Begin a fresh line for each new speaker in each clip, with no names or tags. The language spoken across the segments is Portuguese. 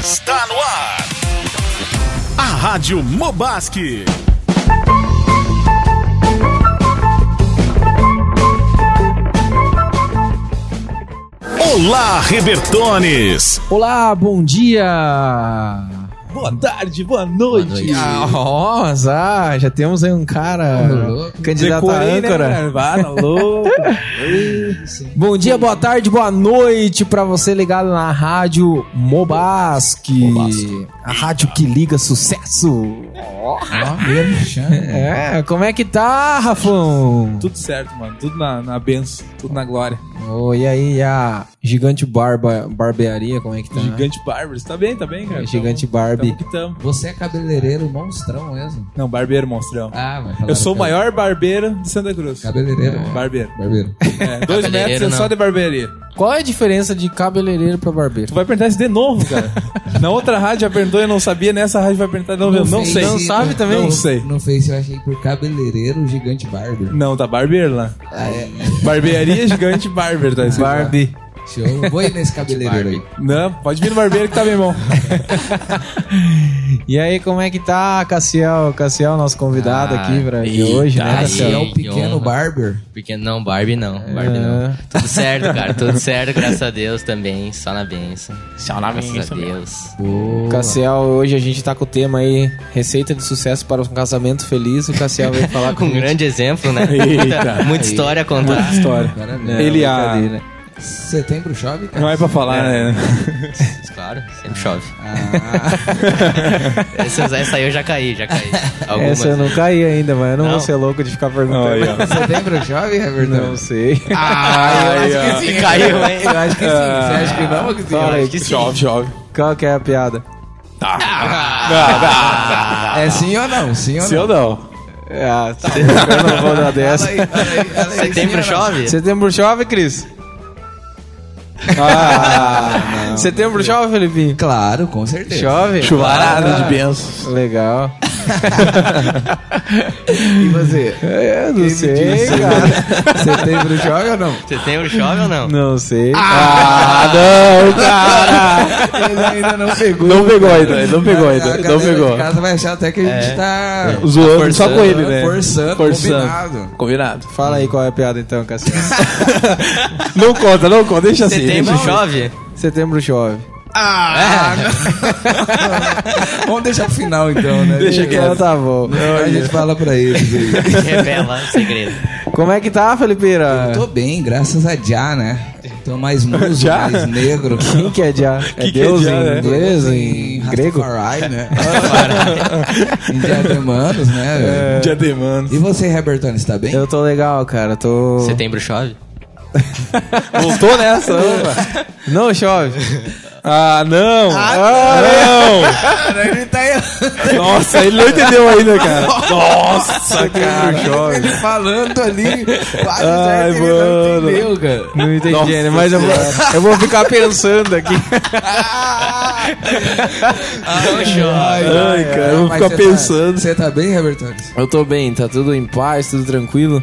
Está no ar. A Rádio Mobasque. Olá, Rebertones.
Olá, bom dia.
Boa tarde, boa noite.
Nossa, já temos aí um cara candidato a
Decorei, né,
âncora.
cara? Vá, tá louco. Ih, sim.
Bom dia, boa tarde, boa noite pra você ligado na rádio Mobasque.
Mobasque.
A rádio que liga sucesso. É, como é que tá, Rafão?
Tudo certo, mano. Tudo na, na benção, tudo na glória.
Oh, e aí, a Gigante Barba Barbearia, como é que tá?
Gigante Barbers. Tá bem, tá bem, cara.
É Gigante
Tamo-
Barbie.
Tamo que tamo.
Você é cabeleireiro monstrão mesmo?
Não, barbeiro, monstrão.
Ah, mas falaram
Eu sou o
que-
maior barbeiro de Santa Cruz.
Cabeleireiro.
Barbeiro.
Barbeiro.
É, dois metros
Cabeleireiro,
é
não.
só de barbearia.
Qual é a diferença de cabeleireiro pra barbeiro?
Tu vai perguntar isso de novo, cara. na outra rádio já perguntou, eu não sabia. Nessa rádio vai perguntar de novo, eu não
fez
sei.
Não sabe também?
Não sei.
No Face eu achei por cabeleireiro gigante barber.
Não, tá barbeiro lá.
Ah, é.
Barbearia Gigante Barber, tá escrito lá.
Barbie.
Show. Vou ir nesse cabeleireiro aí.
Não, pode vir no barbeiro que tá bem bom.
E aí, como é que tá, Cassiel? Cassiel, nosso convidado
Ah,
aqui pra de
eita,
hoje, né,
aí.
Ah, se é
Cassiel?
o pequeno
honra.
barber.
Porque não, Barbie não. Barbie
É.
não. Tudo certo, cara. Tudo certo, graças a Deus também. Só na benção. Só na benção. Graças a Deus.
Boa.
Cassiel, hoje a gente tá com o tema aí, receita de sucesso para um casamento feliz. O Cassiel veio falar com
Um grande exemplo, né?
Eita.
Muita história a contar.
História.
Cara, não.
Ele a.
brincadeira.
Setembro chove, cara?
Não é pra falar, né?
Claro, sempre chove. Essas- essa, aí eu já caí, já caí. Algumas.
Essa eu não caí ainda, mas eu não,
Não?
vou ser louco de ficar perguntando.
Aí, ó.
Setembro chove, Everton?
Não sei.
Aí, ó.
Se caiu, hein?
Eu acho que sim. Você acha que não? Que
Fala aí.
sim?
que sim.
Chove, chove.
Qual que é a piada?
É sim ou não? Sim ou
Se eu
não?
não.
Ah, eu não vou dar dessa.
Fala aí, fala aí, fala aí,
Setembro
sim ou não?
chove?
Setembro chove, Cris? Ah, Setembro chove, Felipinho?
Claro, com certeza.
Chove? Ah,
Chuvarada de bênçãos.
Legal.
E você?
É, não sei,
disse?
cara.
Setembro chove ou não?
Setembro chove ou não?
Não sei.
Ah, não, cara.
Ele ainda não pegou.
Não pegou ainda, ele não então pegou É.
A-
ainda.
a
Não
galera
pegou.
de casa vai achar até que a gente tá
Zoando só com ele,
forçando,
né?
forçando,
Forçando.
combinado.
Combinado.
Fala aí qual é a piada então, Cassiano.
Não conta, não conta, deixa assim. deixa
Setembro
assim.
chove?
Setembro chove.
Vamos deixar pro final então, né?
Deixa
Então
quieto. é.
tá bom.
A gente fala pra eles aí.
Revela segredo.
Como é que tá, Felipeira?
Tô bem, graças a Já, né? Tô mais muso,
Já?
mais negro.
Quem que é já?
que
é
é
Deus
já,
em
né?
inglês, em
Rastafari,
grego?
né? em diademandos,
É.
né? velho?
Dia de mano.
E você, Robertano, está bem?
Eu tô legal, cara. Tô.
Setembro chove?
Voltou nessa?
Não chove.
Ah, não. Ah, não.
Ele tá
Nossa, ele não entendeu ainda, cara. Nossa,
tá
cara.
ele falando ali.
Ai,
ele não
mano.
entendeu, cara.
Não entendi,
Nossa
né? Mas eu vou, eu vou ficar pensando aqui.
Não chove.
Ai, cara, eu vou
Mas
ficar
você tá-
pensando.
Você tá bem, Robertano?
Eu tô bem, tá tudo em paz, tudo tranquilo.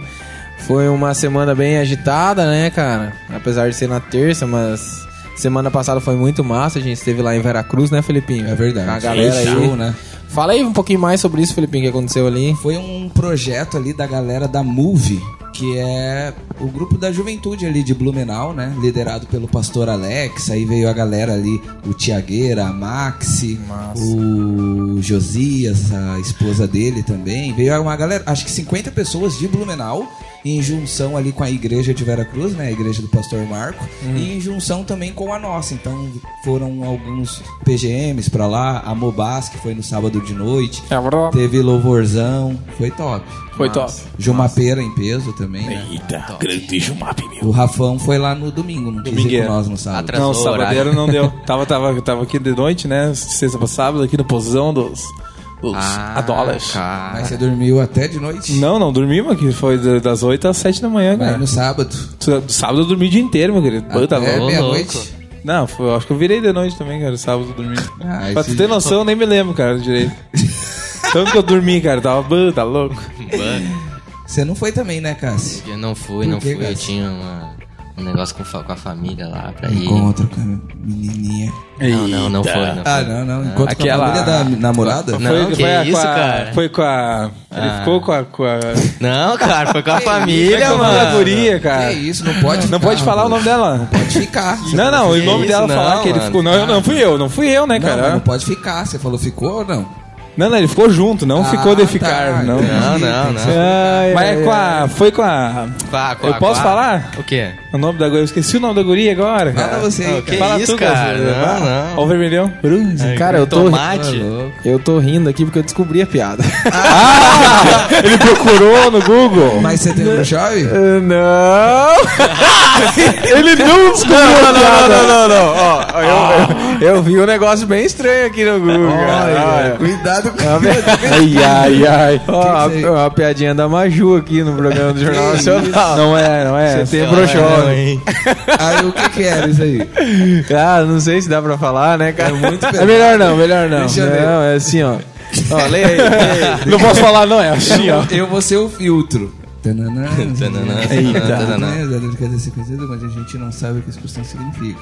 Foi uma semana bem agitada, né, cara? Apesar de ser na terça, mas semana passada foi muito massa. A gente esteve lá em Veracruz, né, Felipinho?
É verdade.
Com A galera aí.
Show, né?
Fala aí um pouquinho mais sobre isso, Felipinho, que aconteceu ali.
Foi um projeto ali da galera da Move, que é o grupo da juventude ali de Blumenau, né? Liderado pelo pastor Alex. Aí veio a galera ali, o Tiagueira, a Maxi, o Josias, a esposa dele também. Veio uma galera, acho que 50 pessoas de Blumenau. Em junção ali com a igreja de Veracruz, né? A igreja do pastor Marco. E em junção também com a nossa. Então foram alguns PGMs pra lá. A Mobas, que foi no sábado de noite. Teve louvorzão, foi top.
Foi top.
Jumapeira em peso também, né?
Eita, grande Jumap, meu.
O Rafão foi lá no domingo, não quis ir
Domingueira.
com nós no sábado.
Atrasou
Não,
o horário.
sabadeiro não deu. Tava, tava, tava aqui de noite, né? De Sexta pra sábado, aqui no posão dos, dos adolas.
Ah, cara.
Mas você dormiu até de noite?
Não, não, dormimos aqui. Foi da- das 8 às 7 da manhã,
Aí
cara.
no sábado.
S- Sábado eu dormi o dia inteiro, meu querido. Eu tava...
até
louco.
meia-noite.
Não, foi- eu acho que eu virei de noite também, cara. Sábado eu dormi.
Ah,
pra
esse-
tu ter noção, eu nem me lembro, cara, direito. Tanto que eu dormi, cara. Tava, "Bah, tá louco.
Você não foi também, né, Cássio?
Eu não fui,
Por
não
que,
fui. Eu
Cássio?
tinha uma, um negócio com, fa- com a família lá pra ir.
Encontro com a menininha.
Não, não, não foi. Não foi.
Ah, não, não. Encontro
Aquela-
com a família da namorada?
Ah, Não.
foi, foi
que
com
isso,
a,
cara.
Foi com a... Ele ficou com a... Com a...
Não, cara, foi com a
Ele é
família,
uma
mano.
guria, cara.
Que isso, não pode
Não
ficar,
pode falar o nome dela.
Pode ficar. Você
Não,
falou
não,
que-
o nome
isso,
dela
não,
falar que ele
mano.
ficou. Não, eu- não fui eu, não fui eu, né,
Não, mas não
cara?
pode ficar. Você falou ficou ou não?
Não, não, ele ficou junto, não
Ah,
ficou de
tá,
ficar, não.
entendi,
Não,
tem
não,
que
não.
ser-
Mas é com a. Foi com a.
Com a- com
Eu
a-
posso
com a-
falar?
O quê?
O nome da guria. Eu esqueci o nome da guria agora.
Fala
Cara.
você aí, cara.
que
Fala
isso,
tu,
cara.
Gabriel.
Não,
Vai.
não.
Ó, o vermelhão. Bronze.
Cara, eu tô,
É, Tomate.
eu tô rindo aqui porque eu descobri a piada.
Ele procurou no Google.
Mas você tem um jovem?
Ah, não! Ele não descobriu não, a piada. Não, não, não, não. Ó, eu- eu, eu vi um negócio bem estranho aqui no Google, cara.
Cuidado com
Ai, ai, ai.
Ó,
que que é isso
a, a piadinha da Maju aqui no programa do Jornal Nacional.
Não é, não é.
Você tem
né?
Não,
broxosa.
não, hein?
Aí o que que era isso aí?
Ah, não sei se dá pra falar, né, cara? É,
muito
melhor não, melhor não.
Deixa eu ver.
Não, é assim, ó. Ó, leia aí, leia aí.
Não posso falar, não, é assim, ó.
Eu vou ser o filtro. Tananã.
Tananã,
Eita.
tananã, tananã.
É, da delicadeza sequenciada, mas a gente não sabe o que a expressão significa.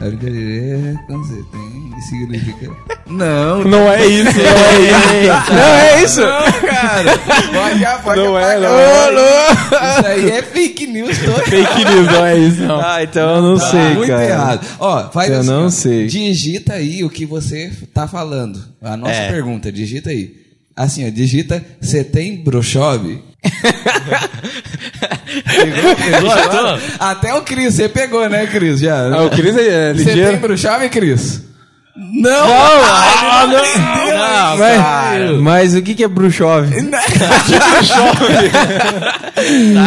A brincadeira é quando você tem e significa. Não,
Não é isso, não é
Ah,
isso. Não é isso.
cara. Pode, já, pode
Não é,
apagar.
não é.
Isso aí é fake news total.
Fake news, não é isso, não.
Ah, então eu não
Tá
sei,
muito
cara.
errado. Ó, faz
Eu
assim,
não
ó.
sei.
Digita aí o que você tá falando. A nossa
É.
pergunta, digita aí. Assim, ó, digita, você tem brochob? pegou, pegou agora? Até o Cris, você pegou, né, Cris?
Ah,
Já.
o Cris é, é
Você tem
ligeiro.
brochob, Cris? Não!
Ah, não,
Não,
Mas,
cara.
mas o que que é bruxove?
Tá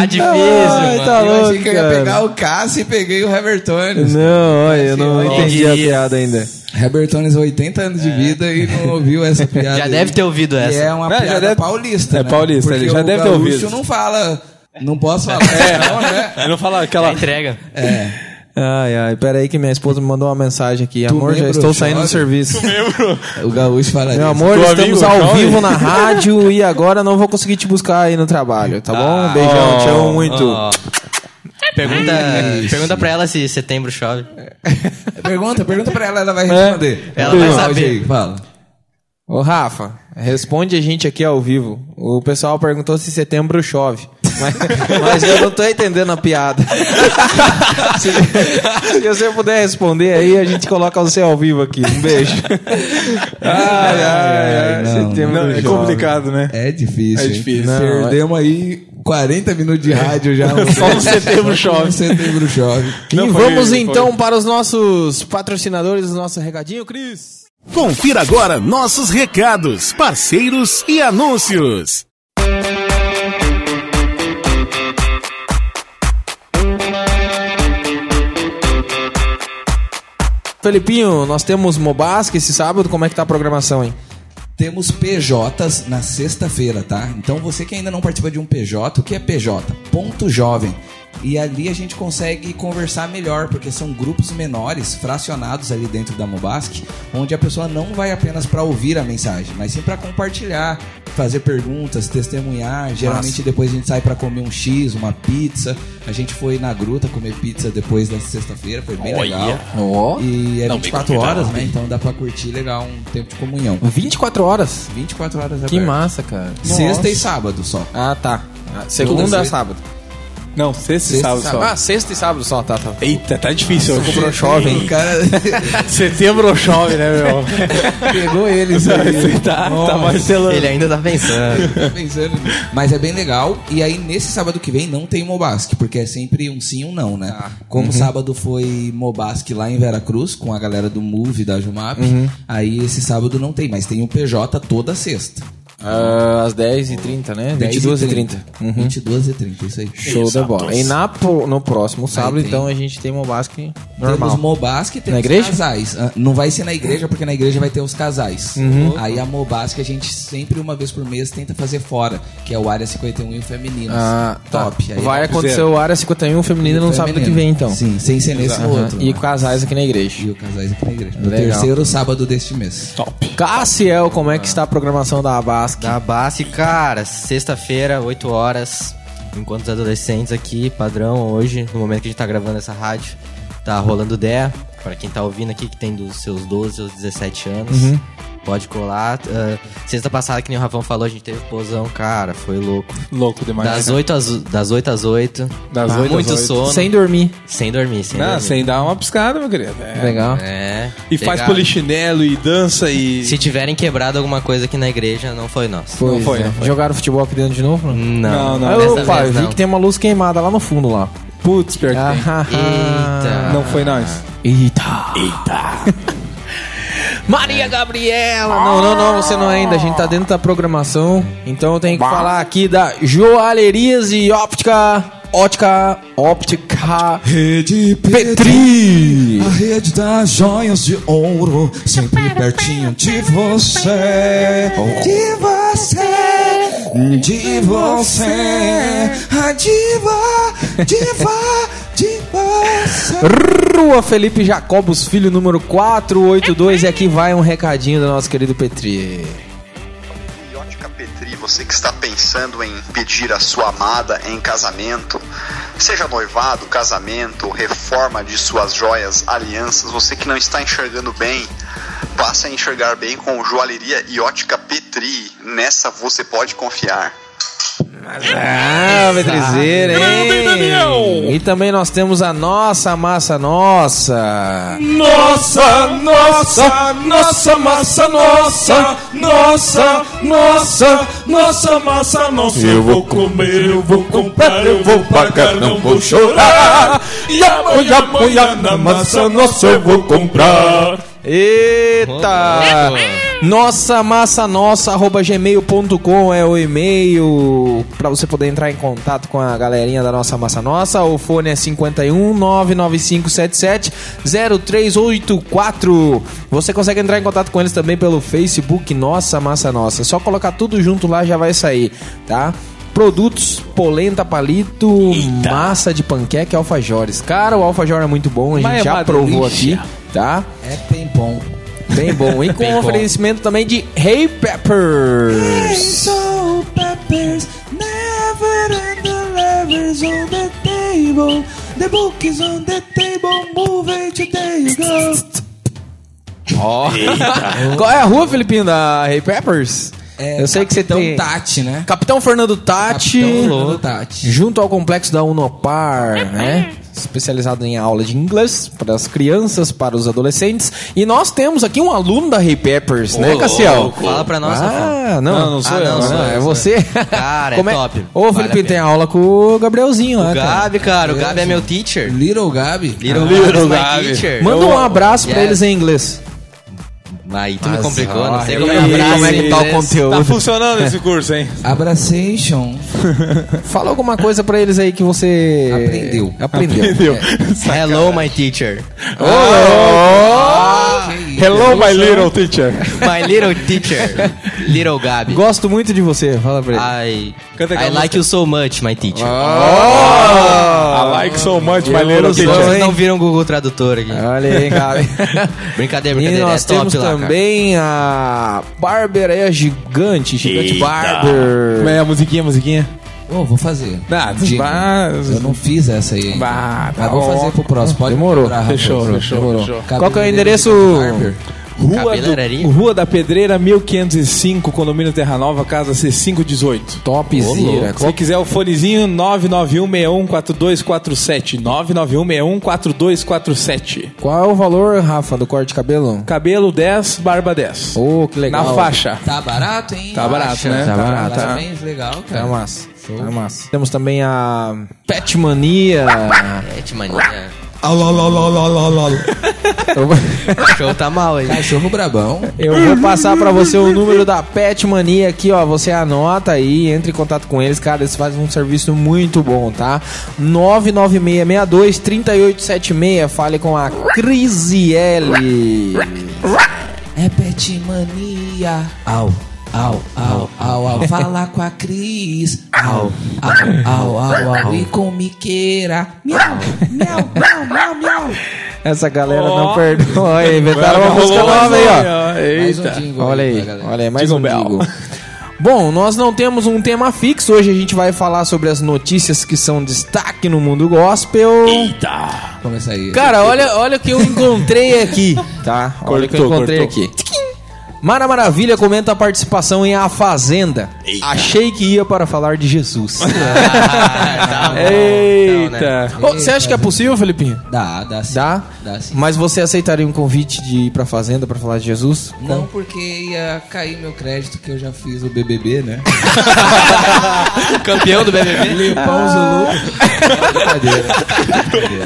difícil,
Ai,
mano.
tá
eu achei
louco,
que eu ia
cara.
pegar o Cássio e peguei o Hebertones.
Não, olha, eu não
Quem
entendi a
diria?
piada ainda.
Hebertones, 80 anos de vida e não ouviu essa piada.
Já
aí.
deve ter ouvido
E é
essa.
uma
Não, já
piada
deve-
paulista.
É
né?
paulista,
Porque
ele já
o
deve ter
gaúcho
ouvido. É.
não fala. Não posso falar. Não, né?
Eu não falo
Já
aquela.
entrega.
Ai, ai, pera aí que minha esposa me mandou uma mensagem aqui. Amor, já
lembra
estou
o
saindo do
jovem?
serviço.
O gaúcho fala
Meu
isso.
amor,
Do
estamos
amigo,
ao
jovem?
vivo na rádio e agora não vou conseguir te buscar aí no trabalho, tá bom? Beijão, te amo muito.
Ó. É, Pergunta, pergunta pra ela se setembro chove.
Pergunta, pergunta pra ela, ela vai
É.
responder.
Ela vai
Fala,
saber.
Jay, Fala.
Ô, Rafa, responde a gente aqui ao vivo. O pessoal perguntou se setembro chove. Mas, mas eu não tô entendendo a piada. se, se você puder responder aí, a gente coloca você ao vivo aqui. Um beijo. Ai, ai, ai.
não,
setembro
Não, é
chove.
complicado, né?
É difícil.
É
hein?
difícil. é.
Não,
Perdemos aí 40 minutos de rádio já.
Só no
Só
setembro
no
chove.
setembro chove.
Não,
e
foi-
vamos
foi-
então para os nossos patrocinadores, o nosso recadinho, Cris.
Confira agora nossos recados, parceiros e anúncios.
Felipinho, nós temos Mobasque esse sábado, como é que tá a programação, hein?
Temos PJs na sexta-feira, tá? Então você que ainda não participa de um PJ, o que é PJ? Ponto Jovem. E ali a gente consegue conversar melhor, porque são grupos menores, fracionados ali dentro da Mobasque, onde a pessoa não vai apenas para ouvir a mensagem, mas sim para compartilhar, fazer perguntas, testemunhar. Geralmente depois a gente sai para comer um X, uma pizza. A gente foi na gruta comer pizza depois da sexta-feira, foi bem legal. E é 24 horas, né? Então dá pra curtir legal um tempo de comunhão.
24 horas.
24 horas
É.
Que
aberto.
massa, cara.
Sexta e sábado só.
Ah, tá. Ah, Segunda
Todas
a
as-
sábado.
Não, sexta e
Sexta e
sábado
sábado.
só.
Ah, sexta e sábado só, tá, tá.
Eita, tá difícil.
Comprou jovem.
cara
Setembro chove, né, meu?
pegou ele. isso aí.
tá, tá marcelando.
Ele ainda tá pensando.
Tô pensando nisso. Mas é bem legal. E aí, nesse sábado que vem, não tem Mobasque, porque é sempre um sim e um não, né? Como sábado foi Mobasque lá em Veracruz, com a galera do Move da Jumap, aí esse sábado não tem, mas tem o PJ toda sexta.
Ah, às 10h30, né? 22h30.
22 e 30, isso aí.
Show da bola. E na, pro- no próximo sábado,
tem.
então, a gente tem Mobasque
Temos
normal.
Mobasque e temos
Na igreja?
casais. Ah, Não vai ser na igreja, porque na igreja vai ter os casais. Uhum. Aí a Mobasque a gente sempre, uma vez por mês, tenta fazer fora, que é o Área 51 e o Femininos.
Ah, tá.
Top. Aí
Vai
é
acontecer o Área 51 feminina no sábado que
feminino.
vem, então.
Sim, sem ser nesse no
Aham.
outro.
E
né?
casais aqui na igreja.
E o casais aqui na igreja. No
Legal.
terceiro sábado deste mês.
Cassiel, como é que está a programação da Abasque?
Da Basque, cara, sexta-feira, 8 horas. enquanto os adolescentes aqui, padrão, hoje, no momento que a gente tá gravando essa rádio, tá rolando DEA. Pra quem tá ouvindo aqui, que tem dos seus 12 aos 17 anos,
Uhum.
pode colar. Ah, sexta passada, que nem o Rafão falou, a gente teve posão, cara, foi louco.
Louco demais.
Das 8 às, das 8 às 8.
é. Das oito às
muito
oito.
sono.
Sem
Sem,
dormir.
dormir, sem
Não,
dormir.
sem dar uma piscada, meu querido. É.
Legal.
É.
E faz
pegado.
polichinelo e dança e.
Se tiverem quebrado alguma coisa aqui na igreja, não foi nós.
Pois
foi,
é.
não foi.
Jogaram futebol aqui dentro de novo? Não.
Não,
Não,
não.
Ah,
dessa
opa, eu
vez
vi
não.
que tem uma luz queimada lá no fundo lá. Ah,
Putz, pior que tem.
Eita.
Não foi nós.
Eita!
Maria Gabriela!
Não, não, não, você não é ainda. A gente tá dentro da programação. Então eu tenho que falar aqui da Joalherias e Óptica. Óptica. Óptica.
Rede
Petri!
A rede das joias de ouro, sempre pertinho de você. Oh. De você, de você, a diva, diva, de você.
Rua Felipe Jacobos Filho, número 482. E aqui vai um recadinho do nosso querido Petri.
E Ótica Petri, você que está pensando em pedir a sua amada em casamento, seja noivado, casamento, reforma de suas joias, alianças, você que não está enxergando bem, passe a enxergar bem com joalheria e ótica Petri. Nessa você pode confiar.
Ah, Petrizeira, hein? E também nós temos a nossa massa nossa.
Nossa, nossa, nossa massa, nossa, nossa, nossa, nossa massa, nossa. Eu vou comer, eu vou comprar, eu vou pagar, não vou chorar. E amanhã, amanhã na massa, nossa, eu vou comprar.
Eita! Nossa massa nossa arroba gmail.com é o e-mail para você poder entrar em contato com a galerinha da nossa massa nossa. O fone é 51 99577 0384. Você consegue entrar em contato com eles também pelo Facebook Nossa Massa Nossa. É só colocar tudo junto lá já vai sair, tá? Produtos, polenta, palito, massa de panqueca e alfajores. Cara, o alfajor é muito bom, a gente
Mas é
já
uma
provou
delícia.
aqui, tá?
É bem bom.
Bem bom. E com
Bem bom.
oferecimento também de Hey Peppers.
So peppers, never end the lovers on the table. The book is on the table, move it, there you go.
Qual é a rua, Filipinho, da Hey Peppers?
É,
Eu sei que você
Capitão
tem...
Tati, né?
Capitão Fernando Tati.
Capitão Fernando Tati.
Junto ao complexo da
É,
Unopar, né? Especializado em aula de inglês para as crianças, para os adolescentes. E nós temos aqui um aluno da Hey Peppers, né, Cassiel?
Fala pra nós, Rafão.
Ah, não,
Não, não sou
Ah, não,
eu, não,
é
eu sou
você.
Cara, é
Como
top.
Ô,
Vale
Felipe,
a
tem
pena.
aula com o Gabrielzinho lá,
O
Ah, cara.
Gabi, cara, o Gabi é meu teacher.
Little Gabi.
Little,
Little
Little
Gabi.
Gabi. Teacher.
Manda um abraço pra
Yes.
eles em inglês.
Aí tu me complicou, não sei como
Ih,
é que
como é que tá o
inglês.
conteúdo.
Tá funcionando esse curso, hein?
Abraçation.
Fala alguma coisa pra eles aí que você...
Aprendeu.
É.
É.
Aprendeu.
Hello, my teacher.
Ah.
Hello, my little teacher.
My little teacher. Little Gabi.
Gosto muito de você. Fala pra eles.
I,
Canta aquela
I like you so much, my teacher.
Ah, I like so much, my little
Os
teacher.
outros não viram o Google Tradutor aqui.
Olha aí, cara.
Brincadeira,
E
brincadeira.
nós
é top
temos
lá, cara.
também a barbearia gigante, gigante barber.
é a musiquinha, a musiquinha?
Ô, vou fazer.
Ah,
Digo,
bah,
Eu não fiz essa aí. ainda.
Bah, tá
Mas vou
bom.
fazer pro próximo. Pode
Demorou.
procurar, Rafa.
Fechou, fechou,
Demorou.
fechou.
Cabeleireiro
Qual que é o endereço?
Barber.
Rua,
Cabeleireria?
do, Rua da Pedreira 1505, condomínio Terra Nova, casa C518.
Topzera.
Se quiser o fonezinho 991614247, 991614247.
Qual é o valor, Rafa, do corte de cabelo?
Cabelo 10, barba 10.
Ô, que legal.
Na faixa.
Tá barato, hein?
Tá barato,
Acha?
né?
Tá barato,
Parabéns, legal,
É
cara.
massa. É massa. Temos também a Pet Mania.
É, de mania.
Alolololololol.
O show tá mal aí.
Cachorro brabão.
Eu vou passar pra você o número da Pet Mania aqui, ó. Você anota aí, entre em contato com eles, cara. Eles fazem um serviço muito bom, tá? 996623876. Fale com a Crisiele.
É pet mania. Au, au, au, au, au. Fala com a Cris. Au, au, au, au, au. E com Miqueira. Miau, miau, miau, miau, miau.
Essa galera
Ó.
não perdoa. Aí, inventaram uma
Rolou
música
mais
nova aí, ó.
um, ó.
Mais um
Eita.
jingle
Olha aí,
pra galera.
olha aí, mais
Jingle
um
Bell.
jingle. Bom, nós não temos um tema fixo. Hoje a gente vai falar sobre as notícias que são destaque no mundo gospel.
Eita!
Começa aí.
Cara, olha, olha o que eu encontrei aqui, tá? olha o que eu
Cortou,
encontrei
cortou.
aqui. Mara Maravilha comenta a participação em A Fazenda. Achei que ia para falar de Jesus.
tá
Eita! Ô, Você acha que é possível, Felipinho?
Dá, dá sim.
Dá?
Dá sim.
Mas você aceitaria um convite de ir pra Fazenda pra falar de Jesus?
Não porque ia cair meu crédito que eu já fiz o BBB, né?
Campeão do BBB?
Limpão Zulu. Brincadeira.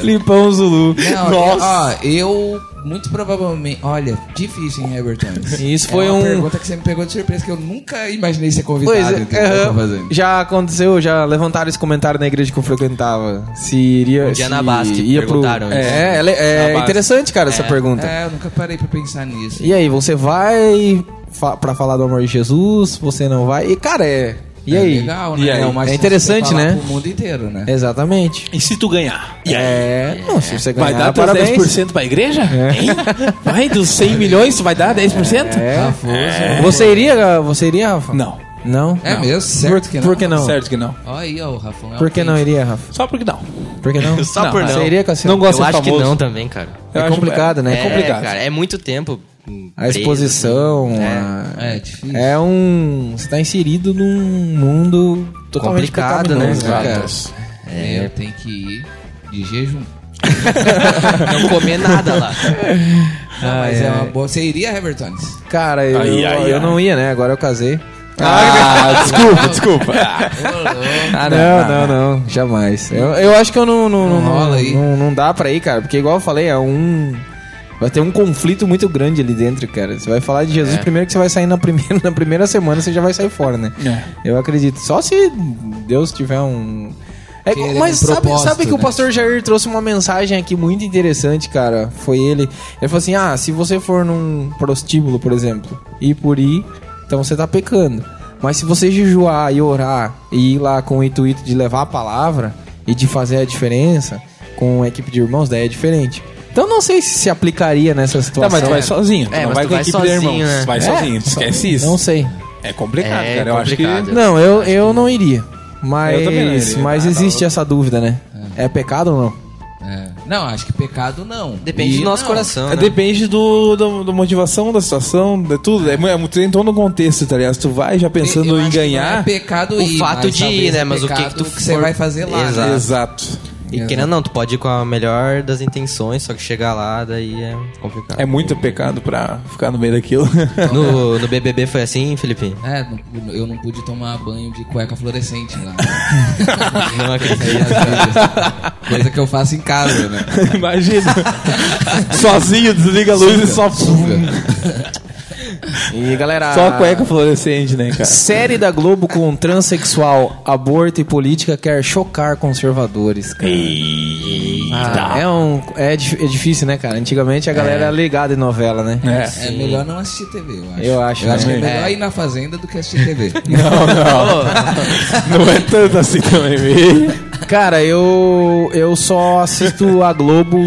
Lipão Zulu.
Não,
Nossa.
Ó, eu muito provavelmente. Olha, difícil, hein, Herbert Jones?
Isso
É
foi
uma
um-
pergunta que você me pegou de surpresa, que eu nunca imaginei ser convidado.
Pois é,
entendeu?
aham.
Tá fazendo.
já aconteceu, já levantaram esse comentário na igreja que eu frequentava. Se iria.
dia
se
na Basque,
ia pro...
perguntaram isso.
É, ela- é,
Na
interessante, cara, essa pergunta.
É, eu nunca parei pra pensar nisso.
E aí, você vai fa pra falar do amor de Jesus? Você não vai? E, cara, é. E
É
aí?
legal, né?
E aí?
É, uma
É
chance
interessante,
de falar
né?
Pro mundo inteiro, né?
Exatamente.
E se tu ganhar? E aí?
É. Não, se você ganhar,
Vai dar teus
parabéns.
10% pra igreja? Hein? Vai, dos 100 milhões, tu vai dar 10%?
É. Você iria, você iria, Rafa?
Não.
Não?
É
Não.
mesmo? Certo
Por
que não?
Por que não?
Certo que não.
Ó aí, ó, o Rafão. é
Por que não iria, Rafa?
Só porque não.
Por que não?
Só por não.
Você iria, Cassiano?
Não gosto.
Eu
Você é
acho que
famoso.
não também, cara.
Eu
É
acho-
complicado, né?
É complicado.
cara, é muito tempo.
A exposição. a-
É, difícil.
É um. Você tá inserido num mundo totalmente
Complicado, né,
pecaminoso,
cara?
cara?
É, eu tenho que ir de jejum.
Não comer nada lá.
Não,
Ah,
mas é uma boa. Você iria, Herbert Jones?
Cara, eu,
Ai, ai,
eu
ai.
não ia, né? Agora eu casei.
Ah, desculpa, desculpa.
Ah, não, não, não, jamais. Eu, eu acho que eu não. Não, não,
rola aí.
Não, não dá pra ir, cara, porque igual eu falei, é um. Vai ter um conflito muito grande ali dentro, cara. Você vai falar de Jesus primeiro que você vai sair na primeira, na primeira semana, você já vai sair fora, né? Eu acredito. Só se Deus tiver um. É,
Querer
mas
um
sabe,
propósito,
sabe que o
né?
pastor Jair trouxe uma mensagem aqui muito interessante, cara. Foi ele. Ele falou assim: ah, se você for num prostíbulo, por exemplo, e por ir, então você tá pecando. Mas se você jejuar e orar e ir lá com o intuito de levar a palavra e de fazer a diferença com a equipe de irmãos, daí é diferente. Então não sei se se aplicaria nessa
Tá,
situação.
mas tu vai sozinho. tu
É,
não
mas
vai
tu
com a
vai
equipe de
sozinho,
irmãos.
né?
Vai
É.
sozinho. Esquece isso.
Não sei.
É complicado,
É
cara. Eu acho que.
complicado.
Não, eu, eu não iria. Mas,
Eu também não iria. Ah, tá
mas existe essa dúvida, né? É pecado ou não?
É. Não, acho que pecado não.
Depende
Ir,
do nosso
não.
coração.
É,
né?
Depende do, do- da motivação, da situação, de tudo. É, mu- é, mu- tem todo um contexto, tá ligado? Se tu vai já
Eu
pensando
acho
em
que não é
ganhar.
pecado
O
ir,
fato
mas
de
talvez
ir, né?
é
Mas o que
pecado
que tu
que você
for-
vai fazer lá, né?
Exato.
Exato.
E querendo ou não, tu pode ir com a melhor das intenções, só que chegar lá, daí é complicado.
É muito pecado pra ficar no meio daquilo.
No, no BBB foi assim, Felipe?
É, não- eu não pude tomar banho de cueca fluorescente lá.
Não acredito.
Coisa que eu faço em casa, né?
Imagina. Sozinho, desliga a luz e só.
E galera,
Ah.
Só a cueca fluorescente, né, cara?
série da Globo com um transexual, aborto e política quer chocar conservadores, cara. Ah, é, um, é, di- é difícil, né, cara? Antigamente a galera era ligada em novela, né?
É.
É melhor não assistir TV, eu acho.
Eu acho
Eu acho que é
também.
melhor ir na fazenda do que assistir TV.
Não, não. não é tanto assim também, viu?
Cara, eu, eu só assisto a Globo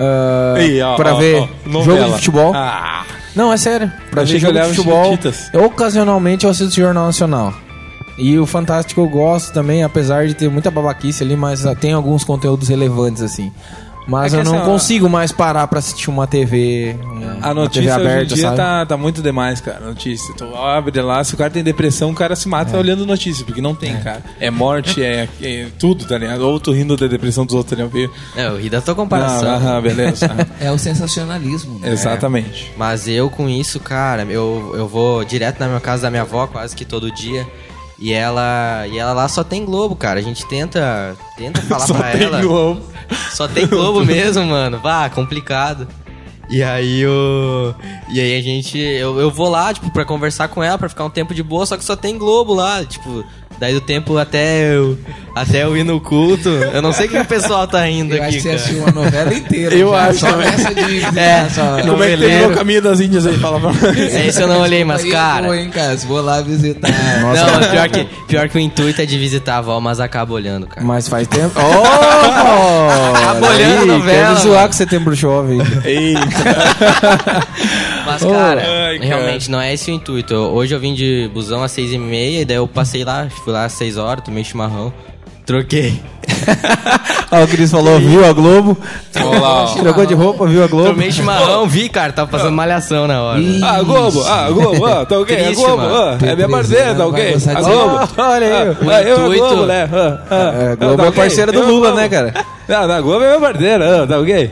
ah,
Ih, ó,
pra
ó,
ver
ó,
jogo de
novela.
futebol.
Ah,
Não, é sério. Pra
Achei
ver
que
jogo de
olhava
futebol.
Chiquititas.
Eu, ocasionalmente eu assisto Jornal Nacional. E o Fantástico eu gosto também, apesar de ter muita babaquice ali, mas ah, tem alguns conteúdos relevantes, assim. Mas
É que
eu não
essa-
consigo mais parar pra assistir uma TV. um-
a
uma TV
notícia hoje
aberta,
em dia
sabe?
tá, tá muito demais, cara. a Notícia. Tu abre lá, se o cara tem depressão, o cara se mata olhando notícia, porque não tem, cara. É morte, é, é tudo, tá ligado? Ou tu rindo da depressão dos outros, tá ligado?
É, eu ri da tua comparação.
Ah, ah, beleza. Ah,
É o sensacionalismo,
É.
né?
Exatamente.
Mas eu com isso, cara, eu, eu vou direto na minha casa da minha avó quase que todo dia. E ela, e ela lá só tem Globo, cara. A gente tenta, tenta falar
Só
pra
tem
ela.
Globo.
Só tem Globo mesmo, mano. Vá, complicado. E aí eu. E aí a gente. Eu, eu vou lá, tipo, pra conversar com ela, pra ficar um tempo de boa, só que só tem Globo lá, tipo. Daí do tempo até eu. Até eu ir no culto. Eu não sei o que o pessoal tá indo
Eu acho
aqui.
que você
cara.
assistiu uma novela inteira.
Eu
já,
acho
Só
também.
essa de.
É,
só-
não-
Como é que
Noveleiro.
terminou o caminho das índias aí? Fala pra mim.
Esse É eu não olhei, mas,
Aí eu
cara.
Vou, hein, cara, vou lá visitar.
Não, pior que, pior que o intuito é de visitar a avó, mas acaba olhando, cara.
Mas faz tempo. Oh!
Acabou olhando a novela,
Quero zoar
mano.
com setembro chove.
Mas, cara,
Ai, cara.
realmente não é esse o intuito. Eu- hoje eu vim de busão às seis e meia, e daí eu passei lá, fui lá às seis horas, tomei chimarrão, troquei.
Ó, o Cris falou, viu a Globo?
Olha lá, ó.
Trocou de roupa, viu a Globo?
Tomei chimarrão, vi, cara, tava passando malhação na hora.
Ah, Globo, ah, Globo, ah, tá ok,
Triste,
a Globo,
mano.
ah, é minha parceira, tá
Vai
ok,
gostar
a
disso.
Globo.
Ah, olha aí.
Ah, eu a
intuito-
Globo, né? Ah, ah,
É, a
ah,
Globo
tá
é
ok?
parceira do
Eu a
Lula,
Globo.
né, cara?
Não, na Globo é minha parceira, ah, tá ok?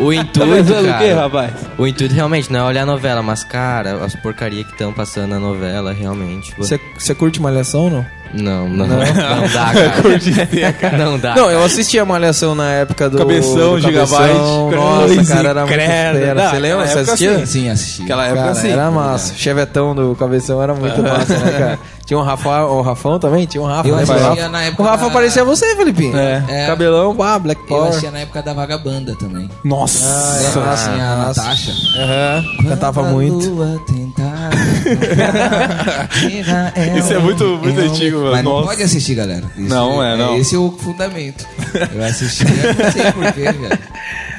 O
Tá
intuito,
pensando o quê,
cara,
rapaz?
o intuito realmente não é olhar a novela, mas, cara, as porcaria que estão passando na novela, realmente. pô.
Você curte Malhação, não?
Não, não, não, dá, cara.
né,
Não dá.
Não, eu assistia Malhação na época do...
Cabeção,
do
Gigabyte,
Nossa,
Cruz,
cara, era muito
credo.
fera.
Não,
Você
aquela
lembra? Você
época,
assistia?
sim.
Sim, assisti.
Aquela época
Cara,
assim.
era massa. O Chevetão do Cabeção era muito massa, né, cara? Tinha um Rafa, o Rafão também? Tinha um Rafa,
Eu
né,
assistia
Rafa?
na época
O Rafa
da-
parecia você, Felipinho.
É. É.
Cabelão, pá, Black
Eu
Power.
assistia na época da Vagabanda também.
Nossa.
Lembra assim, a
nossa.
Natasha?
Aham. Cantava
Quando a
muito.
lua tentar chegar, ela
Isso é muito- muito
é um-
antigo, mano.
Mas não
Nossa.
pode assistir, galera. Isso
Não, é, não.
Esse é o fundamento. Eu assisti, eu não sei porquê, velho.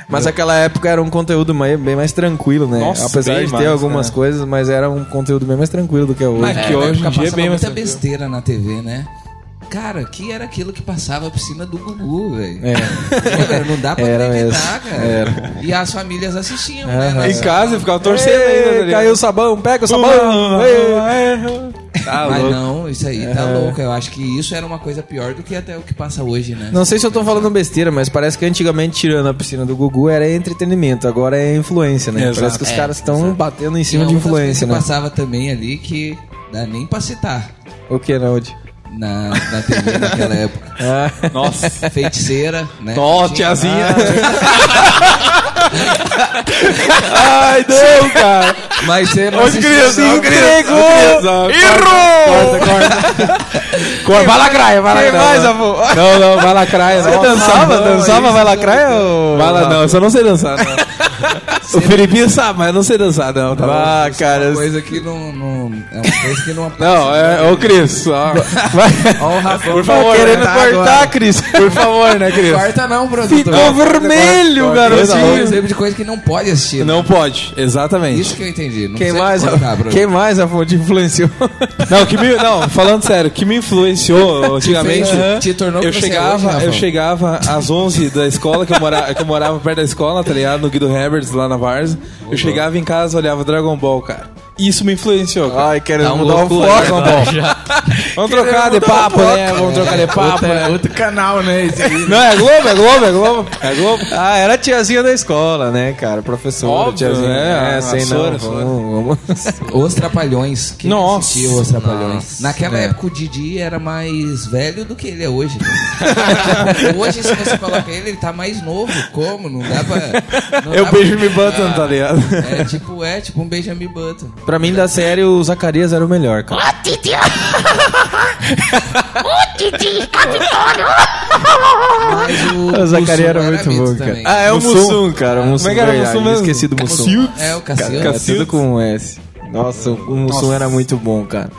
Mas aquela época era um conteúdo mai- bem mais tranquilo, né?
Nossa,
Apesar
bem
de ter
mais,
algumas
cara.
coisas, mas era um conteúdo bem mais tranquilo do que é hoje.
Mas
que hoje em dia é bem mais
muita
tranquilo.
besteira na TV, né? Cara, que era aquilo que passava a piscina do Gugu, velho.
É.
Cara, Não dá pra
Era
acreditar,
mesmo.
cara. E as famílias assistiam, né?
Em
Mas,
casa eu ficava torcendo ainda, tá
Ei,
ligado?
caiu o sabão, pega o sabão. Ei.
Ei. Tá
mas
louco.
não, isso aí tá louco. Eu acho que isso era uma coisa pior do que até o que passa hoje, né?
Não sei se eu tô falando besteira, mas parece que antigamente, tirando a piscina do Gugu, era entretenimento, agora é influência, né?
Exato.
Parece que os
É,
caras estão batendo em
Tinha
cima de
outras coisas
influência,
que
né?
passava também ali que dá nem pra citar
O que, Naudi?
na, na TV naquela época.
Ah,
Nossa.
Feiticeira, né?
Nossa,
Tinha-
tiazinha. Ai, não, cara.
Mas você não
Ô, Cris,
assistiu.
ô, Cris. Ô, Cris, ó,
Errou! Corta, corta. corta. Vai lacraia, vai lacraia. mais, avô?
Não, não, vai lacraia.
Você
nossa.
dançava,
Não,
dançava,
isso
vai
é
lacraia ou...
Vai lá, não, eu só não sei dançar, não. O Felipinho sabe, mas eu não sei dançar, não. Tá bom?
Ah, cara...
Uma coisa que não, não. É uma coisa que não
Não, é. Ô, Cris, ó.
Ó, o Rafão
Por
tá
favor,
Querendo
né?
cortar, Cris.
Por favor, né, Cris?
Corta não, produtor.
Ficou vermelho,
É um
garotinho.
exemplo de coisa que não pode assistir.
Não pode, exatamente.
Isso que eu entendi. Não
Quem
precisa
mais,
cortar,
avô?
Bruno.
Quem mais, avô, te influenciou?
Não, que me, não, falando sério, que me influenciou antigamente.
fez-
aham,
te tornou
eu
quem você é hoje,
chegava,
Rafa.
eu chegava às 11 da escola que eu morava, que eu morava perto da escola, tá ligado? No Guido Herberts lá na Varsa. Eu chegava em casa, olhava Dragon Ball, cara. Isso me influenciou, cara.
Ai, querendo
Tá um
mudar o
loucura,
foco,
né?
avô.
Vamos trocar de papo, né? Vamos trocar de papo, né?
Outro canal, né? Esse aí.
Não, é Globo, é Globo, é Globo. É Globo.
Ah, era a tiazinha da escola, né, cara? Professora,
Óbvio,
tiazinha.
né?
É,
A
sem
sora,
não.
sora.
Vamos, vamos.
Os Trapalhões. Quem
Nossa.
assistiu Os Trapalhões?
Nossa.
Naquela época o Didi era mais velho do que ele é hoje. hoje, se você coloca ele, ele tá mais novo. Como? Não dá pra. não
Eu
dá
beijo
pra
me button, tá ligado?
É tipo, é tipo um Benjamin Button.
Pra mim, da série, o Zacarias era o melhor, cara.
Mas o,
Ah, O Zacarias era
Mussum
muito
mito
bom, cara.
também.
Ah, é o
Mussum.
Mussum, cara. O Mussum,
Como é que era o
verdade,
Mussum mesmo?
Esqueci do Mussum.
É o Cassiano.
Cara, tudo com um S. Nossa, o Mussum era muito bom, cara.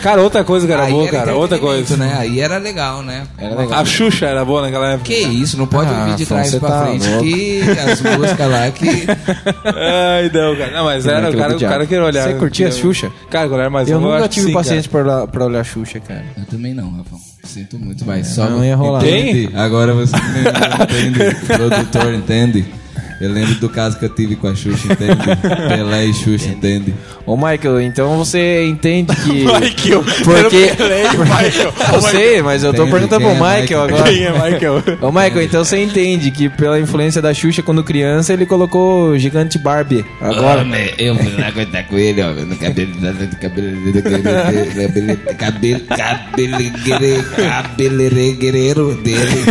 Cara, outra coisa que era
Aí
boa,
era
cara. Outra
entretenimento,
coisa.
né? Aí era legal, né?
Era legal.
A Xuxa era boa naquela época.
Que isso, não pode
É. Ah,
vir de
Afonso,
trás
você
pra
tá
frente
louco.
que as músicas lá que.
Ai, não, cara. Não, mas era o
aquilo
cara,
do
o
diabo.
cara que era olhar.
Você curtia
a
a Xuxa?
Cara, quando eu era mais
Eu
novo,
nunca
acho que
tive
sim,
paciência pra, olhar- pra olhar Xuxa, cara.
Eu também não, Rafa. Sinto muito, mas só.
Não ia rolar.
Entende? Agora você entende. Produtor entende. Eu lembro do caso que eu tive com a Xuxa, entende? Pelé e Xuxa, entende?
Ô, Michael, então você entende que...
Cara. Michael.
Porque...
Michael.
Eu sei, mas eu tô
Entendi,
perguntando pro
quem é
Michael
Michael?
agora.
Quem é Michael?
Ô, Michael, então você entende que pela influência da Xuxa quando criança, ele colocou o gigante Barbie. Agora.
Eu fui lá contar com ele, ó. No cabelo, no cabelo, no cabelo, cabelo, cabelo, cabelo, cabeleireiro dele,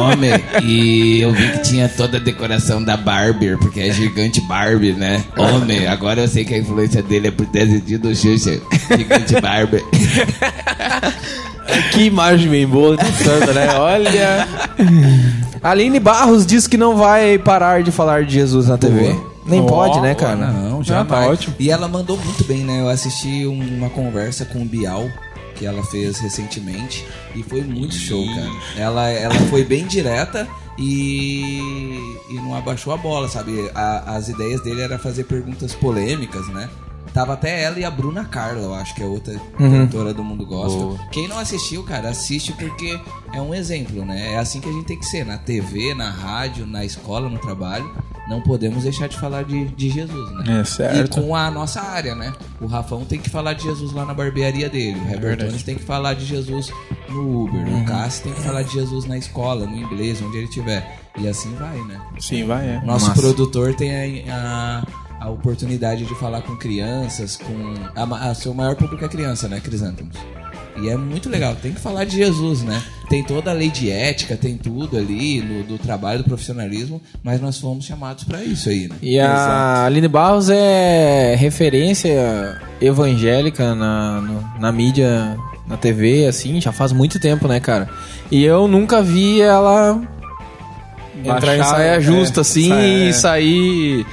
homem. E eu vi que tinha toda a decoração da Barbie, porque é gigante Barbie, né? Homem, agora eu sei que a influência dele é por ter assistido o Xuxa, gigante Barbie.
Que imagem bem boa do Santa, né? Olha. Aline Barros diz que não vai parar de falar de Jesus na TV. Nem pode, né, cara?
Não, já
tá ótimo.
E ela mandou muito bem, né? Eu assisti um- uma conversa com o Bial que ela fez recentemente e foi muito show, cara. Ela, ela foi bem direta e, e não abaixou a bola, sabe? A- as ideias dele era fazer perguntas polêmicas, né? Tava até ela e a Bruna Carla, eu acho que é outra
Uhum.
cantora do mundo gospel. Quem não assistiu, cara, assiste porque é um exemplo, né? É assim que a gente tem que ser, na TV, na rádio, na escola, no trabalho. Não podemos deixar de falar de, de Jesus, né?
É, certo.
E com a nossa área, né? O Rafão tem que falar de Jesus lá na barbearia dele. O Rebertones tem que falar de Jesus no Uber. O Cássio tem que falar de Jesus na escola, no inglês, onde ele estiver. E assim vai, né?
Sim, vai, é.
Nosso produtor tem a, a- a oportunidade de falar com crianças, com. A, ma- a seu maior público é criança, né, Crisântemos? E é muito legal, tem que falar de Jesus, né? Tem toda a lei de ética, tem tudo ali, no- do trabalho, do profissionalismo, mas nós fomos chamados pra isso aí, né?
E a Aline Barros é referência evangélica na, no- na mídia, na TV, assim, já faz muito tempo, né, cara? E eu nunca vi ela entrar em
Baixar,
saia
é,
justa, assim,
saia, é.
e sair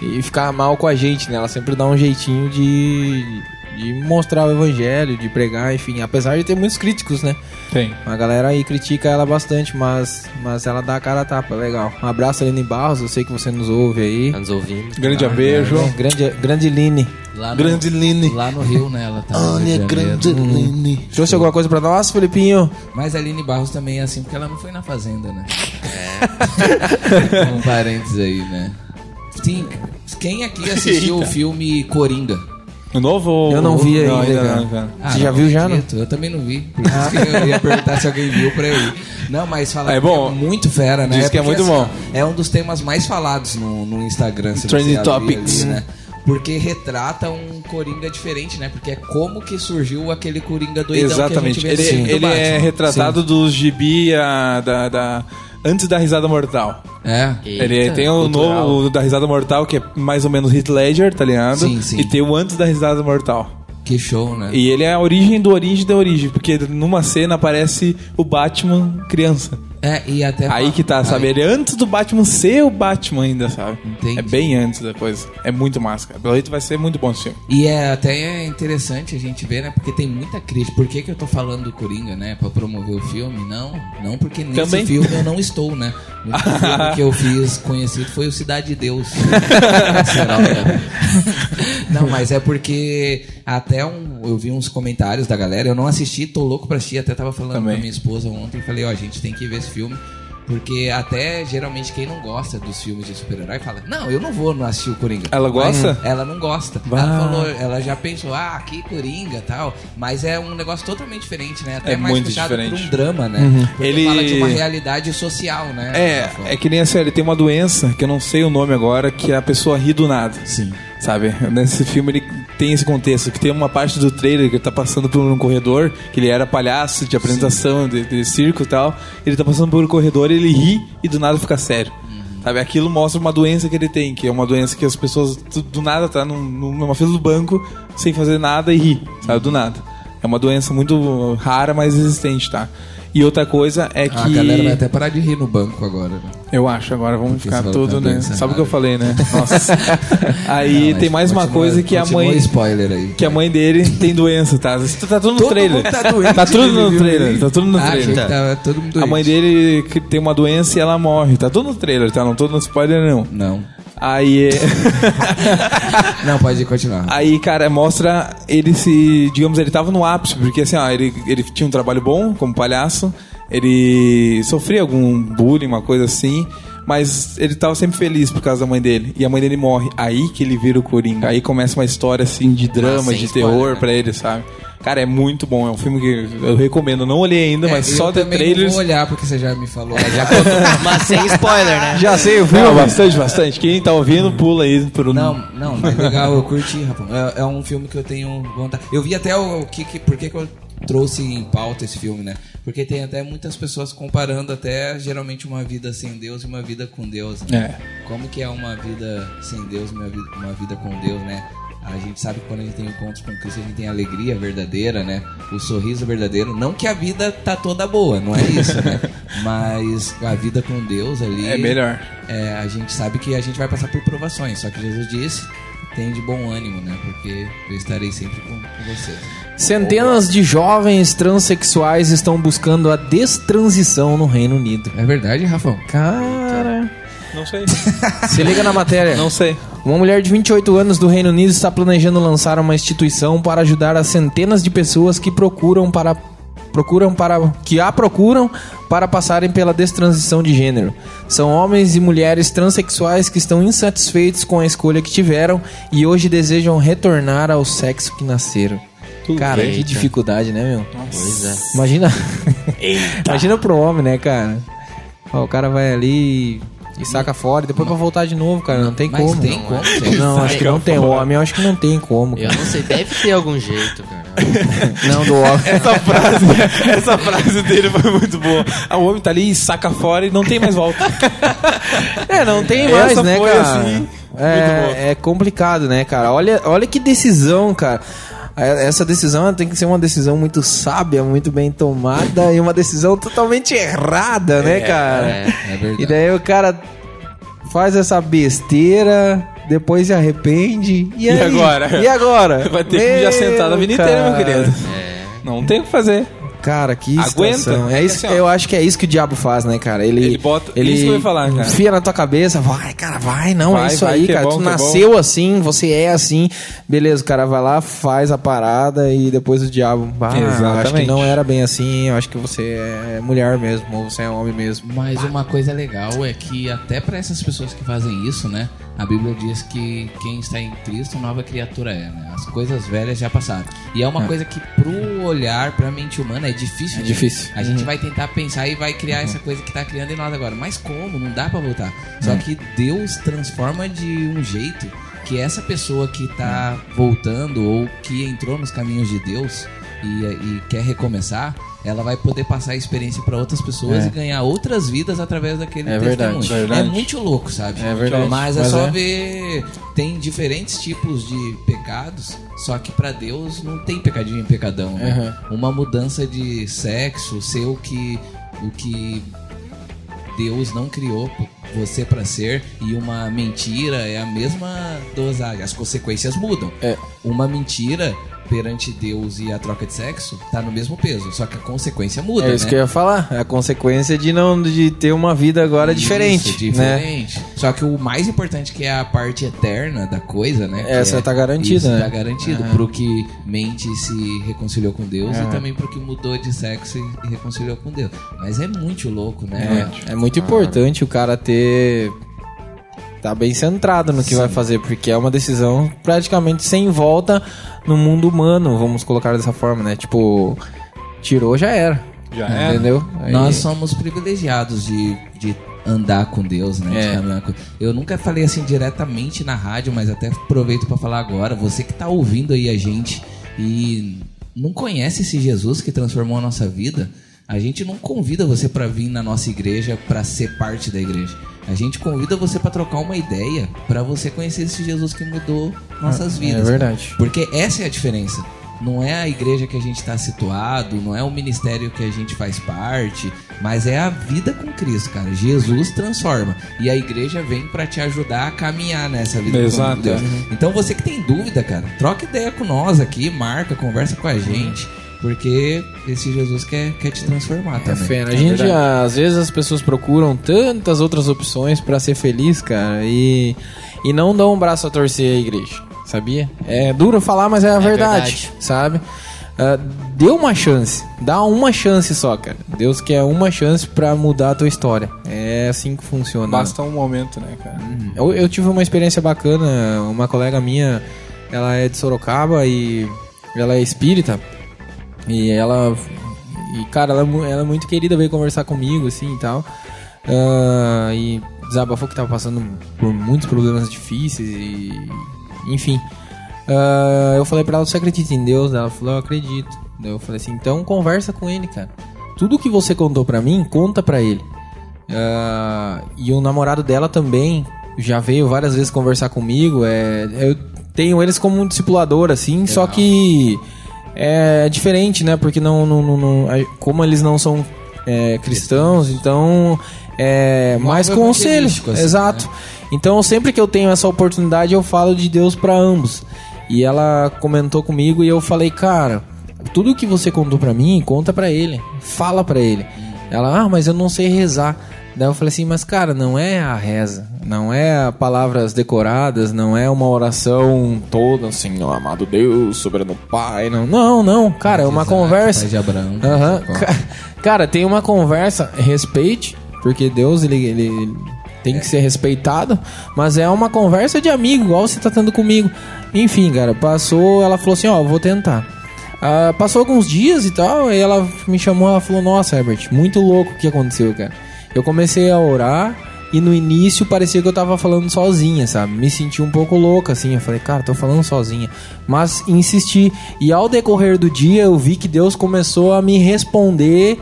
e ficar mal com a gente, né? Ela sempre dá um jeitinho de, de mostrar o evangelho, de pregar, enfim. Apesar de ter muitos críticos, né?
Tem.
A galera aí critica ela bastante, mas, mas ela dá a cara a tapa, legal. Um abraço, Aline Barros, eu sei que você nos ouve aí.
Tá nos ouvindo.
Ah,
Grande beijo.
É, grande, grande Line.
Lá no-
Grande Line.
Lá no Rio, né? Ela tá. no Rio de Janeiro.
Line.
Trouxe alguma coisa pra nós, Felipinho?
Mas a Aline Barros também é assim, porque ela não foi na Fazenda, né?
É.
um parênteses aí, né? Sim, quem aqui assistiu o filme Coringa? Ah,
O novo?
Eu não vi ainda, cara. Você já viu já, não?
acredito, Eu também não vi. Por isso que eu ia perguntar se alguém viu pra eu ir. Não, mas fala
É
que
bom.
é muito fera, né?
Diz que é
porque,
muito
assim, ó, É um dos temas mais falados no, no Instagram. se
Trending
você abrir
topics.
né? Porque retrata um Coringa diferente, né? Porque é como que surgiu aquele Coringa doidão
Exatamente.
que a gente vê
Ele,
no filme
ele
do
é
Batman.
retratado dos gibi a- da, da- antes da risada mortal.
Sim. É.
ele tem o
cultural.
novo o da risada mortal, que é mais ou menos Heath Ledger, tá ligado?
Sim, sim.
E tem o antes da risada mortal.
Que show, né?
E ele é a origem do origem da origem, porque numa cena aparece o Batman criança.
É, e até
Aí que tá, sabe? Ele é antes do Batman ser o Batman ainda, sabe?
Entendi.
É bem antes da coisa. É muito massa, cara. Pelo jeito vai ser muito bom esse filme.
E é até interessante a gente ver, né? Porque tem muita crítica. Por que, que eu tô falando do Coringa, né? Pra promover o filme? Não, não porque nesse
Também.
filme eu não estou, né? O único filme que eu fiz conhecido foi o Cidade de Deus. Será, né? não, mas é porque até um, eu vi uns comentários da galera, eu não assisti, tô louco pra assistir, até tava falando
Também.
com a minha esposa ontem, falei, ó, a gente tem que ver esse filme. Porque até geralmente quem não gosta dos filmes de super-herói fala, não, eu não vou não assistir o Coringa.
Ela gosta?
Ela não gosta. Ela falou, é ela já pensou, ah, que coringa tal. Mas é um negócio totalmente diferente, né? Até
É
mais
muito
puxado pra
diferente. Uhum.
um drama, né? Porque
Ele-
fala de uma realidade social, né? Ela falou.
É, é que nem a série, tem uma doença que eu não sei o nome agora, que a pessoa ri do nada.
Sim.
Sabe? Nesse filme ele tem esse contexto, que tem uma parte do trailer que ele tá passando por um corredor, que ele era palhaço de apresentação, de, de circo e tal. Ele tá passando por um corredor, ele ri e do nada fica sério.
Uhum.
Sabe, aquilo mostra uma doença que ele tem, que é uma doença que as pessoas do, do nada tá num- numa fila do banco sem fazer nada e ri, sabe? Do nada. É uma doença muito rara, mas existente, tá? E outra coisa é que.
A galera vai até parar de rir no banco agora, né?
Eu acho, agora vamos
Porque
ficar
você
tudo,
falou que é
né?
doença
Sabe o que eu
rara.
falei, né? Nossa. Aí
Mas
tem mais uma
continua-
coisa que a
continua
mãe.
o spoiler aí.
Que a mãe dele tem doença, tá? Isso Tá tudo no
Todo
trailer.
mundo tá doente,
tudo no
viu?
trailer. Tá tudo no
Ah, achei
trailer.
que tava todo mundo
A
doente.
mãe dele que tem uma doença e ela morre. Tá tudo no trailer, tá? Não tô no spoiler, não.
Não.
Aí.
Não, pode continuar.
Aí, cara, mostra ele se. Digamos, ele tava no ápice, porque assim, ó, ele, ele tinha um trabalho bom como palhaço, ele sofria algum bullying, uma coisa assim, mas ele tava sempre feliz por causa da mãe dele. E a mãe dele morre. Aí que ele vira o Coringa. Aí começa uma história assim de drama,
Ah,
sem
de
spoiler,
terror
né?
pra ele, sabe? Cara, é muito bom. É um filme que eu recomendo. Eu Não olhei ainda, mas
É,
só
eu
de
também não
trailers. É,
vou olhar porque você já me falou. né? já
Mas sem spoiler, né?
Já sei o é
Não, bastante, bastante. Quem tá ouvindo, pula aí pro.
Não, não, mas legal, eu curti, rapaz. É, é um filme que eu tenho vontade. Eu vi até o, o que, que por que, que eu trouxe em pauta esse filme, né? Porque tem até muitas pessoas comparando até geralmente uma vida sem Deus é e uma vida com Deus, né? Como que é uma vida sem Deus e uma vida, uma vida com Deus, né?
A gente sabe que quando a gente tem encontros com Cristo, a gente tem a alegria verdadeira, né? O sorriso verdadeiro. Não que a vida tá toda boa, não é isso, né? Mas a vida com Deus ali.
É melhor.
É, a gente sabe que a gente vai passar por provações, só que Jesus disse. Tem de bom ânimo, né? Porque eu estarei sempre com, com vocês.
Centenas de jovens transexuais estão buscando a destransição no Reino Unido.
É verdade, Rafão?
Cara,
Não sei.
se liga na matéria.
Não sei.
Uma mulher de 28 anos do Reino Unido está planejando lançar uma instituição para ajudar as centenas de pessoas que procuram para procuram para que a procuram para passarem pela destransição de gênero. São homens e mulheres transexuais que estão insatisfeitos com a escolha que tiveram e hoje desejam retornar ao sexo que nasceram. cara, que
Eita.
dificuldade, né, meu?
Pois é.
Imagina. Imagina pro homem, né, cara? Ó, o cara vai ali e saca fora e depois pra voltar de novo, cara. Não tem
Mas
como.
tem
não,
como,
é.
gente.
Não, acho que não tem. O
fora.
homem, eu acho que não tem como.
Eu
cara.
não sei, deve ter algum jeito, cara.
Não, do homem.
Essa frase, essa frase dele foi muito boa. Ah, o homem tá ali, saca fora e não tem mais volta.
É, não tem
Essa
mais, né,
foi,
cara?
assim, muito boa.
é, é complicado, né, cara? Olha, olha que decisão, cara. É- Essa decisão ela tem que ser uma decisão muito sábia, muito bem tomada e uma decisão totalmente errada, né, cara?
É verdade.
E daí o cara faz essa besteira, depois se arrepende. E, aí?
agora?
E agora?
Vai ter que já sentar na vida inteira, meu querido.
É.
Não tem o que fazer.
Cara, que
Aguenta.
situação. É isso,
É assim, ó.
eu acho que é isso que o diabo faz, né, cara? Ele,
Ele bota- isso que eu ia falar, cara.
Enfia na tua cabeça, vai, cara, vai, não,
Vai,
é isso
vai,
aí,
que é
cara. tu
bom, que é
nasceu assim, você é assim. Beleza, o cara vai lá, faz a parada e depois o diabo. Ah, acho que
Exatamente.
não era bem assim, eu acho que você é mulher mesmo, ou você é homem mesmo.
Mas uma coisa legal é que até para essas pessoas que fazem isso, né? A Bíblia diz que quem está em Cristo, nova criatura é, né? As coisas velhas já passaram. E é uma coisa que pro olhar, pra mente humana é difícil.
É
de-
difícil.
A gente vai tentar pensar e vai criar
Uhum.
essa coisa que tá criando em nós agora. Mas como? Não dá pra voltar. Só que Deus transforma de um jeito que essa pessoa que tá voltando ou que entrou nos caminhos de Deus e, e quer recomeçar, ela vai poder passar a experiência pra outras pessoas
É.
e ganhar outras vidas através daquele
É
testemunho.
verdade,
É muito louco, sabe?
É verdade.
Mas é
Mas
só
é.
ver. Tem diferentes tipos de pecados, só que pra Deus não tem pecadinho e pecadão. Né? Uma mudança de sexo, ser o que, o que Deus não criou você pra ser e uma mentira é a mesma dosagem. As consequências mudam.
É.
Uma mentira perante Deus e a troca de sexo tá no mesmo peso, só que a consequência muda.
É isso
né?
que eu ia falar. É a consequência de não de ter uma vida agora
Isso,
É diferente, né?
diferente. Só que o mais importante que é a parte eterna da coisa, né? que
Essa
é,
tá garantida,
Isso
né?
tá garantido pro que mente e se reconciliou com Deus
É.
e também pro que mudou de sexo e e reconciliou com Deus. Mas é muito louco, né?
É, é muito importante o cara ter tá bem centrado no que vai fazer, porque é uma decisão praticamente sem volta no mundo humano, vamos colocar dessa forma, né? Tipo, tirou já era.
Já era.
Entendeu? Aí-
Nós somos privilegiados de, de andar com Deus, né? De
É.
caminhar com- Eu nunca falei assim diretamente na rádio, mas até aproveito pra falar agora. Você que tá ouvindo aí a gente e não conhece esse Jesus que transformou a nossa vida, a gente não convida você pra vir na nossa igreja pra ser parte da igreja. A gente convida você pra trocar uma ideia, pra você conhecer esse Jesus que mudou nossas vidas.
É
né?
cara.
verdade.
Porque essa é a diferença. Não é a igreja que a gente está situado, não é o ministério que a gente faz parte, mas é a vida com Cristo, cara. Jesus transforma. E a igreja vem para te ajudar a caminhar nessa vida
Exato, Uhum.
com Deus. Então você que tem dúvida, cara, troca ideia com nós aqui, marca, conversa
Uhum.
com a gente, porque esse Jesus quer, quer te transformar
É
também.
fé, né? A gente, às vezes, as pessoas procuram tantas outras opções pra ser feliz, cara, e, e não dão um braço a torcer à igreja, sabia? É duro falar, mas é a verdade,
verdade.
sabe? Ah, dê uma chance, dá uma chance só, cara. Deus quer uma chance pra mudar a tua história. É assim que funciona.
Basta um momento, né, cara?
Eu, eu tive uma experiência bacana. Uma colega minha, ela é de Sorocaba e ela é espírita. E ela. E, cara, ela, é mu- ela é muito querida, veio conversar comigo, assim e tal. Ah, e desabafou que tava passando por muitos problemas difíceis e. Enfim. Ah, eu falei pra ela: Você acredita em Deus? Ela falou: Eu acredito. Daí eu falei assim: Então conversa com ele, cara. Tudo que você contou pra mim, conta pra ele. Ah, e o namorado dela também já veio várias vezes conversar comigo. É, eu tenho eles como um discipulador, assim, só que é diferente, né? Porque não, não, não- não- a- como eles não são é, cristãos, então é mais
algo
conselho.
evangelístico, assim,
Exato. Então, sempre que eu tenho essa oportunidade, eu falo de Deus pra ambos. E ela comentou comigo e eu falei, cara, tudo que você contou pra mim, conta pra ele, fala pra ele. Ela, ah, mas eu não sei rezar. Daí eu falei assim, mas cara, não é a reza, não é a palavras decoradas, não é uma oração toda assim, ó, amado Deus, soberano Pai, não, não, não, cara, é uma conversa.
Pai de Abraão.
Aham. Ca- Cara, tem uma conversa, respeite, porque Deus ele, ele tem
É.
que ser respeitado, mas é uma conversa de amigo, igual você tá tendo comigo. Enfim, cara, passou, ela falou assim, ó, vou tentar. Ah, passou alguns dias e tal, e ela me chamou, ela falou, nossa, Herbert, muito louco o que aconteceu, cara. Eu comecei a orar e no início parecia que eu tava falando sozinha, sabe? Me senti um pouco louca, assim. Eu falei, cara, tô falando sozinha. Mas insisti. E ao decorrer do dia, eu vi que Deus começou a me responder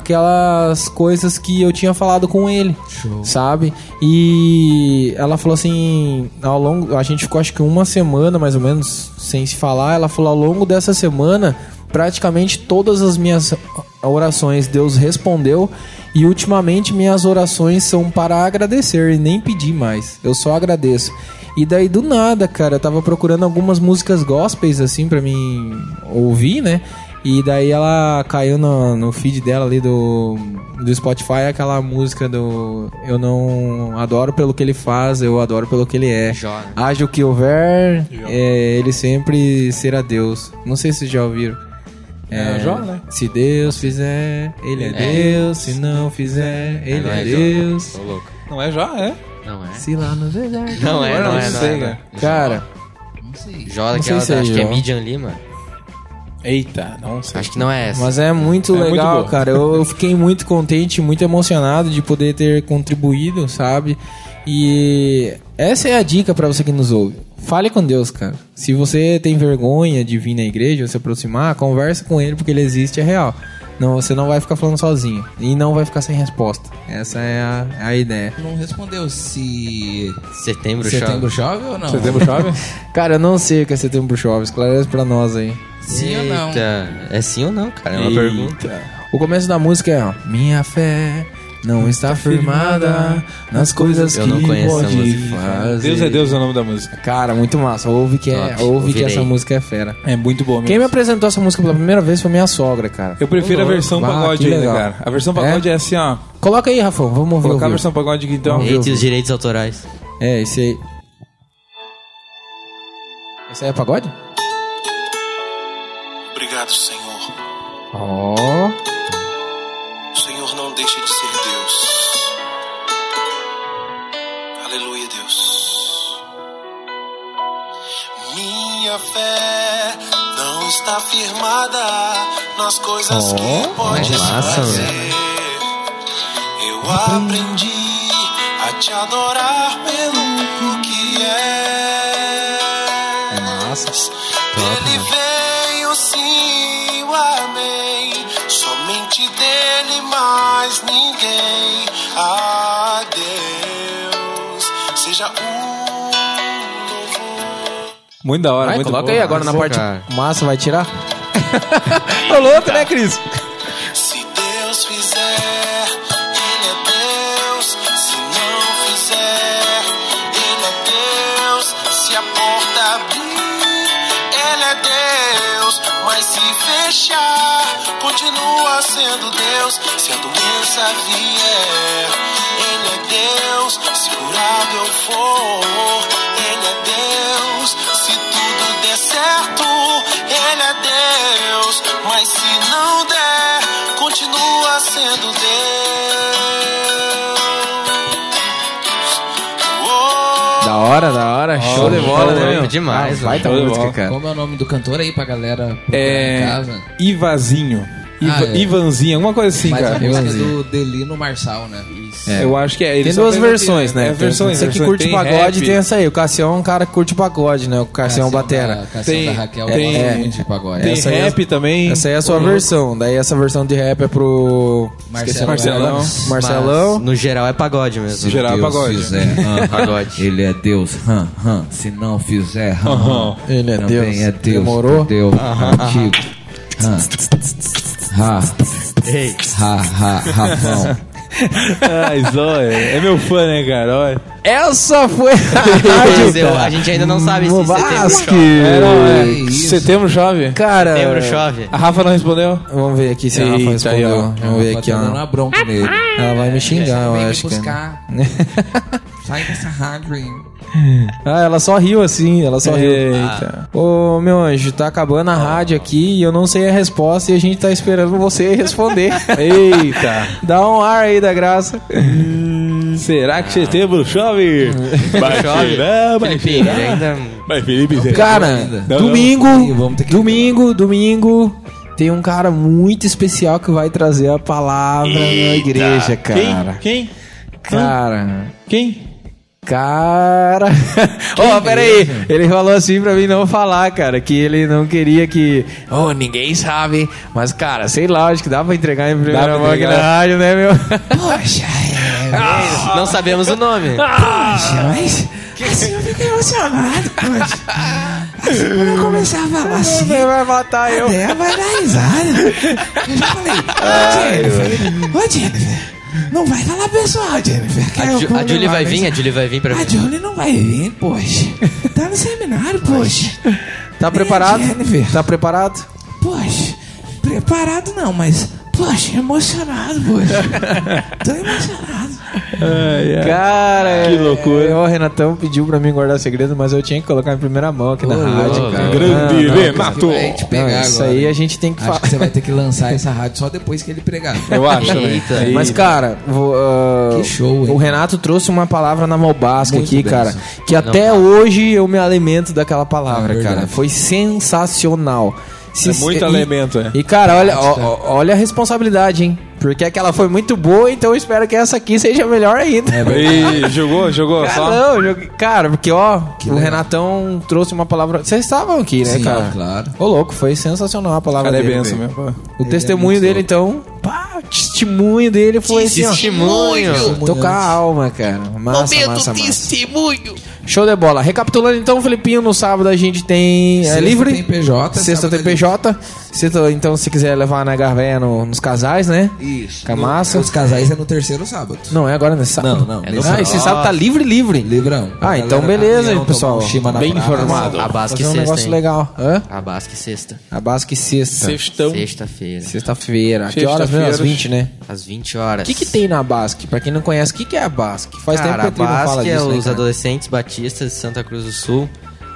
naquelas coisas que eu tinha falado com ele, sabe? E ela falou assim, ao longo, a gente ficou acho que uma semana mais ou menos sem se falar. Ela falou ao longo dessa semana, praticamente todas as minhas orações Deus respondeu e ultimamente minhas orações são para agradecer e nem pedir mais. Eu só agradeço. E daí do nada, cara, eu tava procurando algumas músicas gospels assim pra mim ouvir, né? E daí ela caiu no, no feed dela ali do, do Spotify, aquela música do Eu não adoro pelo que ele faz, eu adoro pelo que ele é.
Jó, né?
Haja o que houver, é, ele sempre será Deus. Não sei se vocês já ouviram.
É, Jó, né?
Se Deus fizer, ele é, Deus. Se não fizer, ele
Não
é,
é Jó.
Deus.
Tô louco.
Não é já? É?
Não é.
Se lá no verdade.
Não é, não é,
não
não
sei,
é. não é.
cara.
Cara,
Jó
Não sei
daquela,
se é
da- acho que é
Jó.
Midian Lima.
Eita, não sei.
Acho que não é essa.
mas é muito
É muito
legal,
boa.
cara. Eu eu fiquei muito contente, muito emocionado de poder ter contribuído, sabe? E essa é a dica pra você que nos ouve. Fale com Deus, cara. Se você tem vergonha de vir na igreja, se aproximar, conversa com ele porque ele existe, é real. Não, você não vai ficar falando sozinho e não vai ficar sem resposta. Essa é a, a ideia.
Não respondeu se
Setembro,
setembro
Setembro.
chove ou não.
Setembro chove?
Cara, eu não sei o que é setembro chove, esclarece pra nós aí.
Sim ou não.
É sim ou não, cara? É uma pergunta.
O começo da música é, ó, minha fé não está Tá firmada nas coisas
Eu
que
não conheço essa
pode
música.
fazer.
Deus é Deus é o nome da música.
Cara, muito massa. Ouve que, é,
Top.
ouve que
Ouvirei.
essa música é fera.
É muito bom mesmo.
Quem me apresentou essa música pela primeira vez foi minha sogra, cara.
Eu prefiro a
Ô, louco.
versão
Bah,
pagode
que
ainda,
legal.
cara. A versão pagode Ah, é, assim, ó.
Coloca aí, Rafão, vamos ouvir.
Colocar a
ouvir.
versão pagode aqui então.
Vamos ver.
Entre os direitos autorais.
É, esse aí. Esse aí é pagode?
Obrigado, Senhor.
Ó.
Senhor, não deixe de ser Deus. Aleluia, Deus. Minha fé não está firmada nas coisas que pode
massa,
fazer. Eu aprendi a te adorar pelo que é.
Nossa.
Dele veio sim o amém. Somente dele, mais ninguém. A Deus seja o louvor.
Muito da hora,
Vai,
muito
coloca
boa.
aí agora na
Vai,
parte
cara.
massa, vai tirar? Ô louco, né, Cris?
Se Deus fizer, Ele é Deus. Se não fizer, Ele é Deus. Se a porta abrir, Ele é Deus. Mas se fechar, continua sendo Deus. Se a doença vier, Ele é Deus. Se curado eu for, Ele é Deus. Se tudo der certo, Ele é Deus. Mas se não der, continua sendo Deus.
Da hora, da hora. Show de bola, né, meu?
Demais,
Ah, Vai tá
mano.
Show de
música,
bola.
cara.
Como é o nome do cantor aí pra galera procurar em
É.
casa?
Ivazinho.
Ah,
Iva-
é.
Ivanzinho, alguma coisa assim,
Mas
cara.
a música é
Ivanzinho.
do Delino Marçal, né?
É.
Eu acho que é. ele
Tem
só
duas
fez aqui,
versões, né?
É, versões.
Você que
versões.
curte
Tem
pagode
rap,
tem essa aí. O Cassião é um cara que curte pagode, né? O Cassião
Da,
Batera.
canção
Tem-
da Raquel
tem-
gosta
é.
muito de pagode.
Tem
Essa aí é-
rap também.
Essa aí é a sua versão. Daí essa versão de rap é pro.
Marcelão.
Marcelão.
Mas-
Marcelão.
Mas, no geral é pagode mesmo.
Geral é
Deus
pagode.
fizer, hã,
Pagode.
Ele é Deus, hã, hã. se não fizer, hã, hã.
Ele é
também
Deus.
é Deus, Ah,
Demorou?
Deus antigo. Hã. Ha,
Ei,
ha, ha, Rafão.
Ai, Zóia. É meu fã, né, cara? Olha.
Essa foi a
mas
rádio,
eu-
cara.
a gente ainda não sabe se
Mobasque.
setembro
É, não, é.
Que isso.
Setembro chove.
Cara.
chove.
A Rafa não respondeu?
Vamos ver aqui se a Rafa
Eita,
respondeu.
aí, ó.
Vamos ver aqui,
Tá dando
ó.
uma bronca nele.
Ela vai me xingar, eu
É, Vem me
acho. é, né? cara.
buscar. Sai dessa rádio aí.
Ah, ela só riu assim, ela só riu.
Eita.
Ô, meu anjo, tá acabando a rádio aqui e eu não sei a resposta e a gente tá esperando você responder.
Eita.
Dá um ar aí da graça.
Será que setembro chove? Vai chorar, vai
Felipe,
chorar.
ainda.
Vai, Felipe.
tá
você-
Cara,
Não,
domingo,
não. Ih, vamos ter que-
domingo, domingo, tem um cara muito especial que vai trazer a palavra na igreja, cara.
Quem?
Cara,
Quem?
Cara. Ó, peraí. Ele falou assim pra mim não falar, cara. Que ele não queria que. Ô, ninguém sabe. Mas, cara, sei lá, acho que dá pra entregar em primeira
pra
mão aqui na
entregar.
rádio, né, meu? Poxa,
é,
Não sabemos o nome.
mas.
é
Você fica emocionado, poxa. Quando eu começar a falar assim. Você vai matar eu.
É, vai dar risada. Eu já falei, Jennifer. Ô, Jennifer. Não vai falar pessoal, Jennifer. que
A,
é o
Ju- a
problema,
Julie vai
né?
vir, a Julie vai vir pra
A
mim.
Julie não vai vir, poxa. Tá no seminário, poxa.
Tá preparado?
Jennifer.
Tá preparado?
Poxa, preparado não, mas, poxa, emocionado, poxa. Tô emocionado.
Cara, que loucura. O Renatão pediu pra mim guardar segredo, mas eu tinha que colocar em primeira mão aqui na rádio,
louco.
cara.
Grande
Não, não,
Renato.
te
Não, isso
é
aí a gente tem que
Acho
falar.
que você vai ter que lançar essa rádio só depois que ele pregar.
Eu acho, né?
Eita.
Aí-
Mas, cara, vou, ah,
Tá Que show, hein?
o Renato trouxe uma palavra na Mobasca
Muito
aqui,
bem,
cara,
isso.
que até hoje eu me alimento daquela palavra,
É verdade.
cara. Foi sensacional. Se-
É muito
e-
alimento, é.
E, cara, olha, ó- ó- olha a responsabilidade, hein? Porque aquela foi muito boa, então eu espero que essa aqui seja melhor ainda.
É,
Ih, jogou, jogou
Cara,
só.
não, eu- cara, porque ó, o
legal.
Renatão trouxe uma palavra. Vocês estavam aqui, né,
Sim,
cara?
claro.
Ô, louco, foi sensacional a palavra
Cara, é
dele.
benção
velho.
mesmo.
O testemunho dele, então, pá, testemunho dele foi assim, ó.
Testemunho.
Tocar a alma, cara. Massa, massa, massa.
testemunho.
Show de bola. Recapitulando então, Felipinho, no sábado a gente tem. é
Sexta
livre?
tem PJ,
Sexta
sábado
tem
é
PJ. Sexta, então, se quiser levar na garveia no- nos casais, né?
Isso.
Com a massa.
Os casais é no terceiro sábado.
Não, é agora nesse sábado.
Não, não,
É
nesse
ah,
sábado.
esse sábado tá livre, livre.
Livrão.
Ah,
A
então
galera
beleza,
caminhão,
pessoal.
tomar um chima na
Bem
praça.
informado.
A Basque
Fazer um
sexta.
negócio
hein?
legal. Hã?
A Basque sexta.
A Basque sexta.
Sextão.
Sexta-feira.
Sexta-feira. Que horas mesmo? Às
Sexta-feira.
20, né?
Às 20 horas.
O que, que tem na Basque? Pra quem não conhece, o que, que é a Basque? Faz
Cara,
tempo que
a
a Tri não fala
Basque é
disso, né,
os
cara?
adolescentes batistas de Santa Cruz do Sul.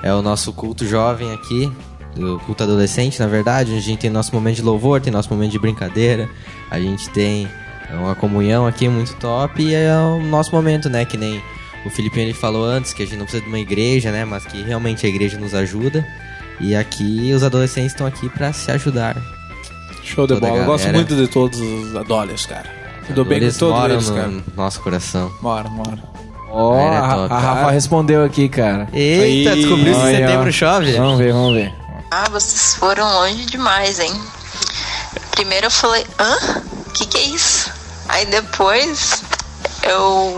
É o nosso culto jovem aqui, o culto adolescente, na verdade, onde a gente tem nosso momento de louvor, tem nosso momento de brincadeira, a gente tem é, uma comunhão aqui muito top e é o nosso momento, né, que nem o Filipinho ele falou antes que a gente não precisa de uma igreja, né, mas que realmente a igreja nos ajuda. E aqui os adolescentes estão aqui pra se ajudar.
Show de
Toda
bola. Eu
a
gosto
galera.
muito de todos os adoles, cara. Me dou bem com
Eles
todos
moram
eles,
no
cara.
nosso coração.
Mora, mora.
Ó,
Ele é
a,
top.
a
tá?
Rafa respondeu aqui, cara.
Eita,
Ih,
descobriu se
olha.
setembro chove?
Vamos ver, vamos ver.
Ah, vocês foram longe demais, hein? Primeiro eu falei, hã? Que que é isso? Aí depois eu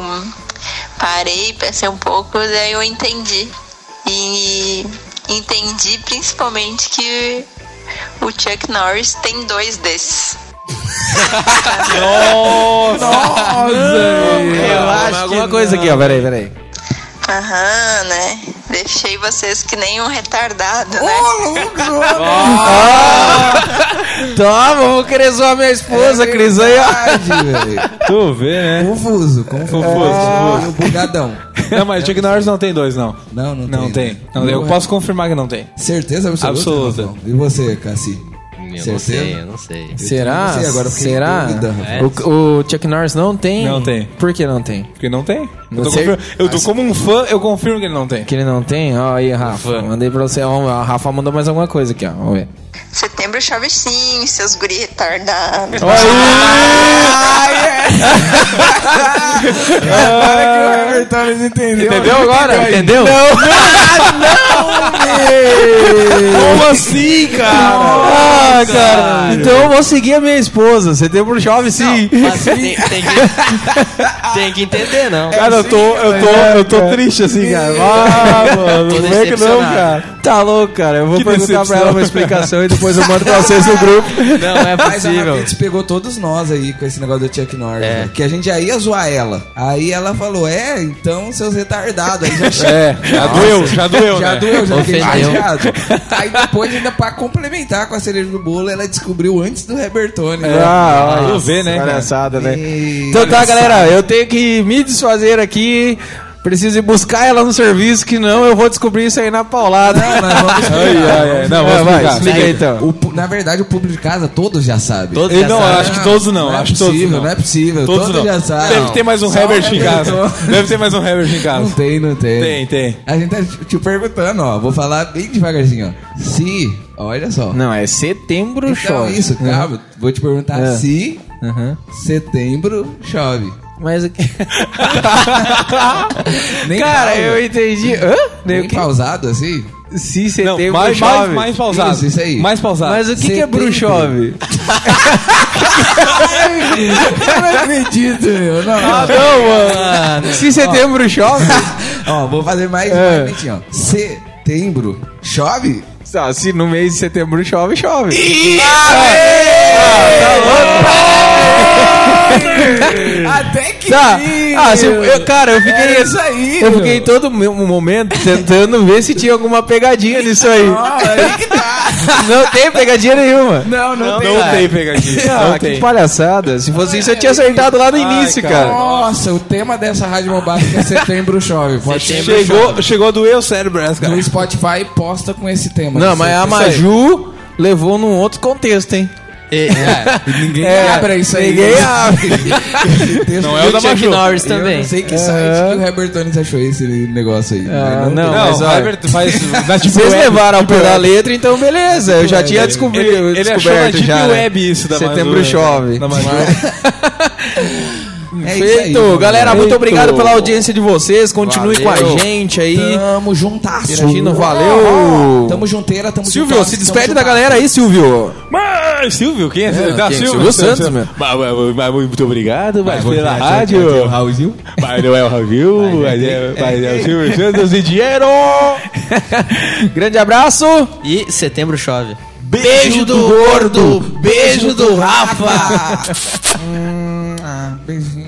parei, pensei um pouco, daí eu entendi. E entendi principalmente que o Chuck Norris tem dois desses.
Eu acho alguma coisa aqui, ó. Peraí, peraí.
Aham, né? Deixei vocês que nem um retardado, né?
Toma, vou querer zoar minha esposa, Cris. Aí, ó.
É Verdade, velho.
Tu vê, né?
Confuso, confuso.
Confuso,
E o bugadão.
Não, mas Chuck Norris não tem dois, não.
Não, não,
Não tem.
né?
é.
Não, eu posso confirmar que não tem.
Certeza absoluta.
Absoluta.
Rafão? E você, Cassi?
meu, não
Certeza?
sei, eu não sei.
Será?
não sei, agora eu fiquei em
Será?
dúvida,
O, o Chuck Norris não tem?
Não tem.
Por que não tem?
Porque não tem.
Não
eu tô,
sei.
confir- eu tô como um fã, eu confirmo que ele não tem.
Que ele não tem? Ó, aí, Rafa.
Ufa.
Mandei pra você. Ó, a Rafa mandou mais alguma coisa aqui, ó. Vamos ver.
Setembro chove sim, seus guri retardados.
Entendeu agora? Entendeu?
Como assim, cara?
Ah, cara. Então eu vou seguir a minha esposa. Setembro chove sim.
Mas tem, tem que, tem que entender, não.
Cara, eu tô, eu tô, eu tô triste assim, cara. Ah, mano,
Tô
como é que não,
decepcionado.
cara?
Tá louco, cara. Eu vou
Que
perguntar
decepção.
pra ela uma explicação e depois eu mando pra vocês no grupo.
Não é
Mas Tá, a
possível.
Rapids pegou todos nós aí com esse negócio do Chuck Norris.
É.
né? Que a gente já ia zoar ela. Aí ela falou: É, então seus retardados. Aí já chegou.
É, já doeu, já doeu,
Já
né?
doeu, já fiquei
Ofendeu.
chateado. Aí depois, ainda pra complementar com a cereja do bolo, ela descobriu antes do Herbertone.
É.
né?
Ah,
Vamos ver, né, cara?
palhaçada, né?
E-
Então tá, galera, eu tenho que me desfazer aqui. Preciso ir buscar ela no serviço, que não eu vou descobrir isso aí na paulada.
Nós vamos
Ai,
explicar.
ai, ai. Não,
É,
vamos
vai,
explicar.
explica aí então.
O pu- na verdade, o público de casa todos já sabe.
Todos
Eu
já
não,
sabem.
acho que todos né? não,
é
acho que todos
possível,
não.
Não é possível,
Todos
todos,
não.
já sabem.
Deve ter mais um
Só
Herbert em casa.
Herbertone.
Deve ter mais um Herbert em
Não
casa.
tem, não tem.
Tem, tem.
A gente tá te- te perguntando, ó. Vou falar bem devagarzinho, ó. Se, olha só.
Não, é setembro
Então,
chove.
isso, calma. Vou te perguntar
um
É.
se
Uhum.
setembro chove.
Mas o que-
Nem
Cara,
pausa.
eu entendi. Hã? Nem
Bem
o que-
pausado assim?
Se
Não,
setembro
mais, mais,
chove.
mais pausado.
Isso, isso aí.
Mais pausado.
Mas o que, que é
Setembro.
bruxove?
Eu não acredito, meu. Não, não.
Não, mano. Se setembro chove.
Ó, vou fazer mais
É.
mais bonitinho, ó. Setembro chove?
Tá, se no mês de setembro chove, chove.
Até que
Tá.
sim,
Ah, se-
meu.
eu- cara, eu fiquei.
É isso aí,
Eu
meu.
fiquei todo meu momento tentando ver se tinha alguma pegadinha nisso aí.
Ó, aí que tá.
Não tem pegadinha nenhuma.
Não, não,
Não tem,
tem.
pegadinha.
Ah,
Não
que
tem.
palhaçada. Se fosse isso, eu tinha acertado lá no início,
cara.
cara.
Nossa, o tema dessa rádio mobástica é setembro chove. Pode ser.
Setembro
Chegou, chegou a doer o cérebro essa, cara.
No Spotify posta com esse tema.
Não, mas é a Maju levou num outro contexto, hein?
E-
Ninguém
É,
abre isso aí. né?
ninguém abre.
Não é o da
Chuck
Maju.
Norris
Eu
também.
não sei que site que o Herbertones achou esse negócio aí.
Ah,
mas
não,
Não,
mas
o
olha,
Herbert faz na Deep
Vocês
Tipo, Web. Tipo,
levaram ao pé da letra, então beleza. Eu já tinha
Ele,
descobrido.
ele achou na
descoberto
Deep
já, né?
Web isso da
Setembro
Maju, né?
chove.
Da Maju.
É isso aí,
Feito,
mano.
então, galera, muito
Feito.
obrigado pela audiência de vocês. Continue com
Valeu.
a gente aí.
Tamo juntasso.
Imagino, valeu.
Tamo junteira, tamo
Silvio,
juntasso,
se
tamo
despede da
juntasso.
galera aí, Silvio.
Mas, Silvio, quem é? tá,
quem?
Silvio,
Silvio Santos, meu.
Mas, mas- mas muito obrigado, mas
Vou
pela
tirar-
rádio.
tirar- tirar o Raulzinho.
Mas não é o Ravil, mas é, mas é o Silvio Santos e dinheiro.
Grande abraço.
E setembro chove.
Beijo do gordo. Beijo do Rafa.
Ah, beijinho.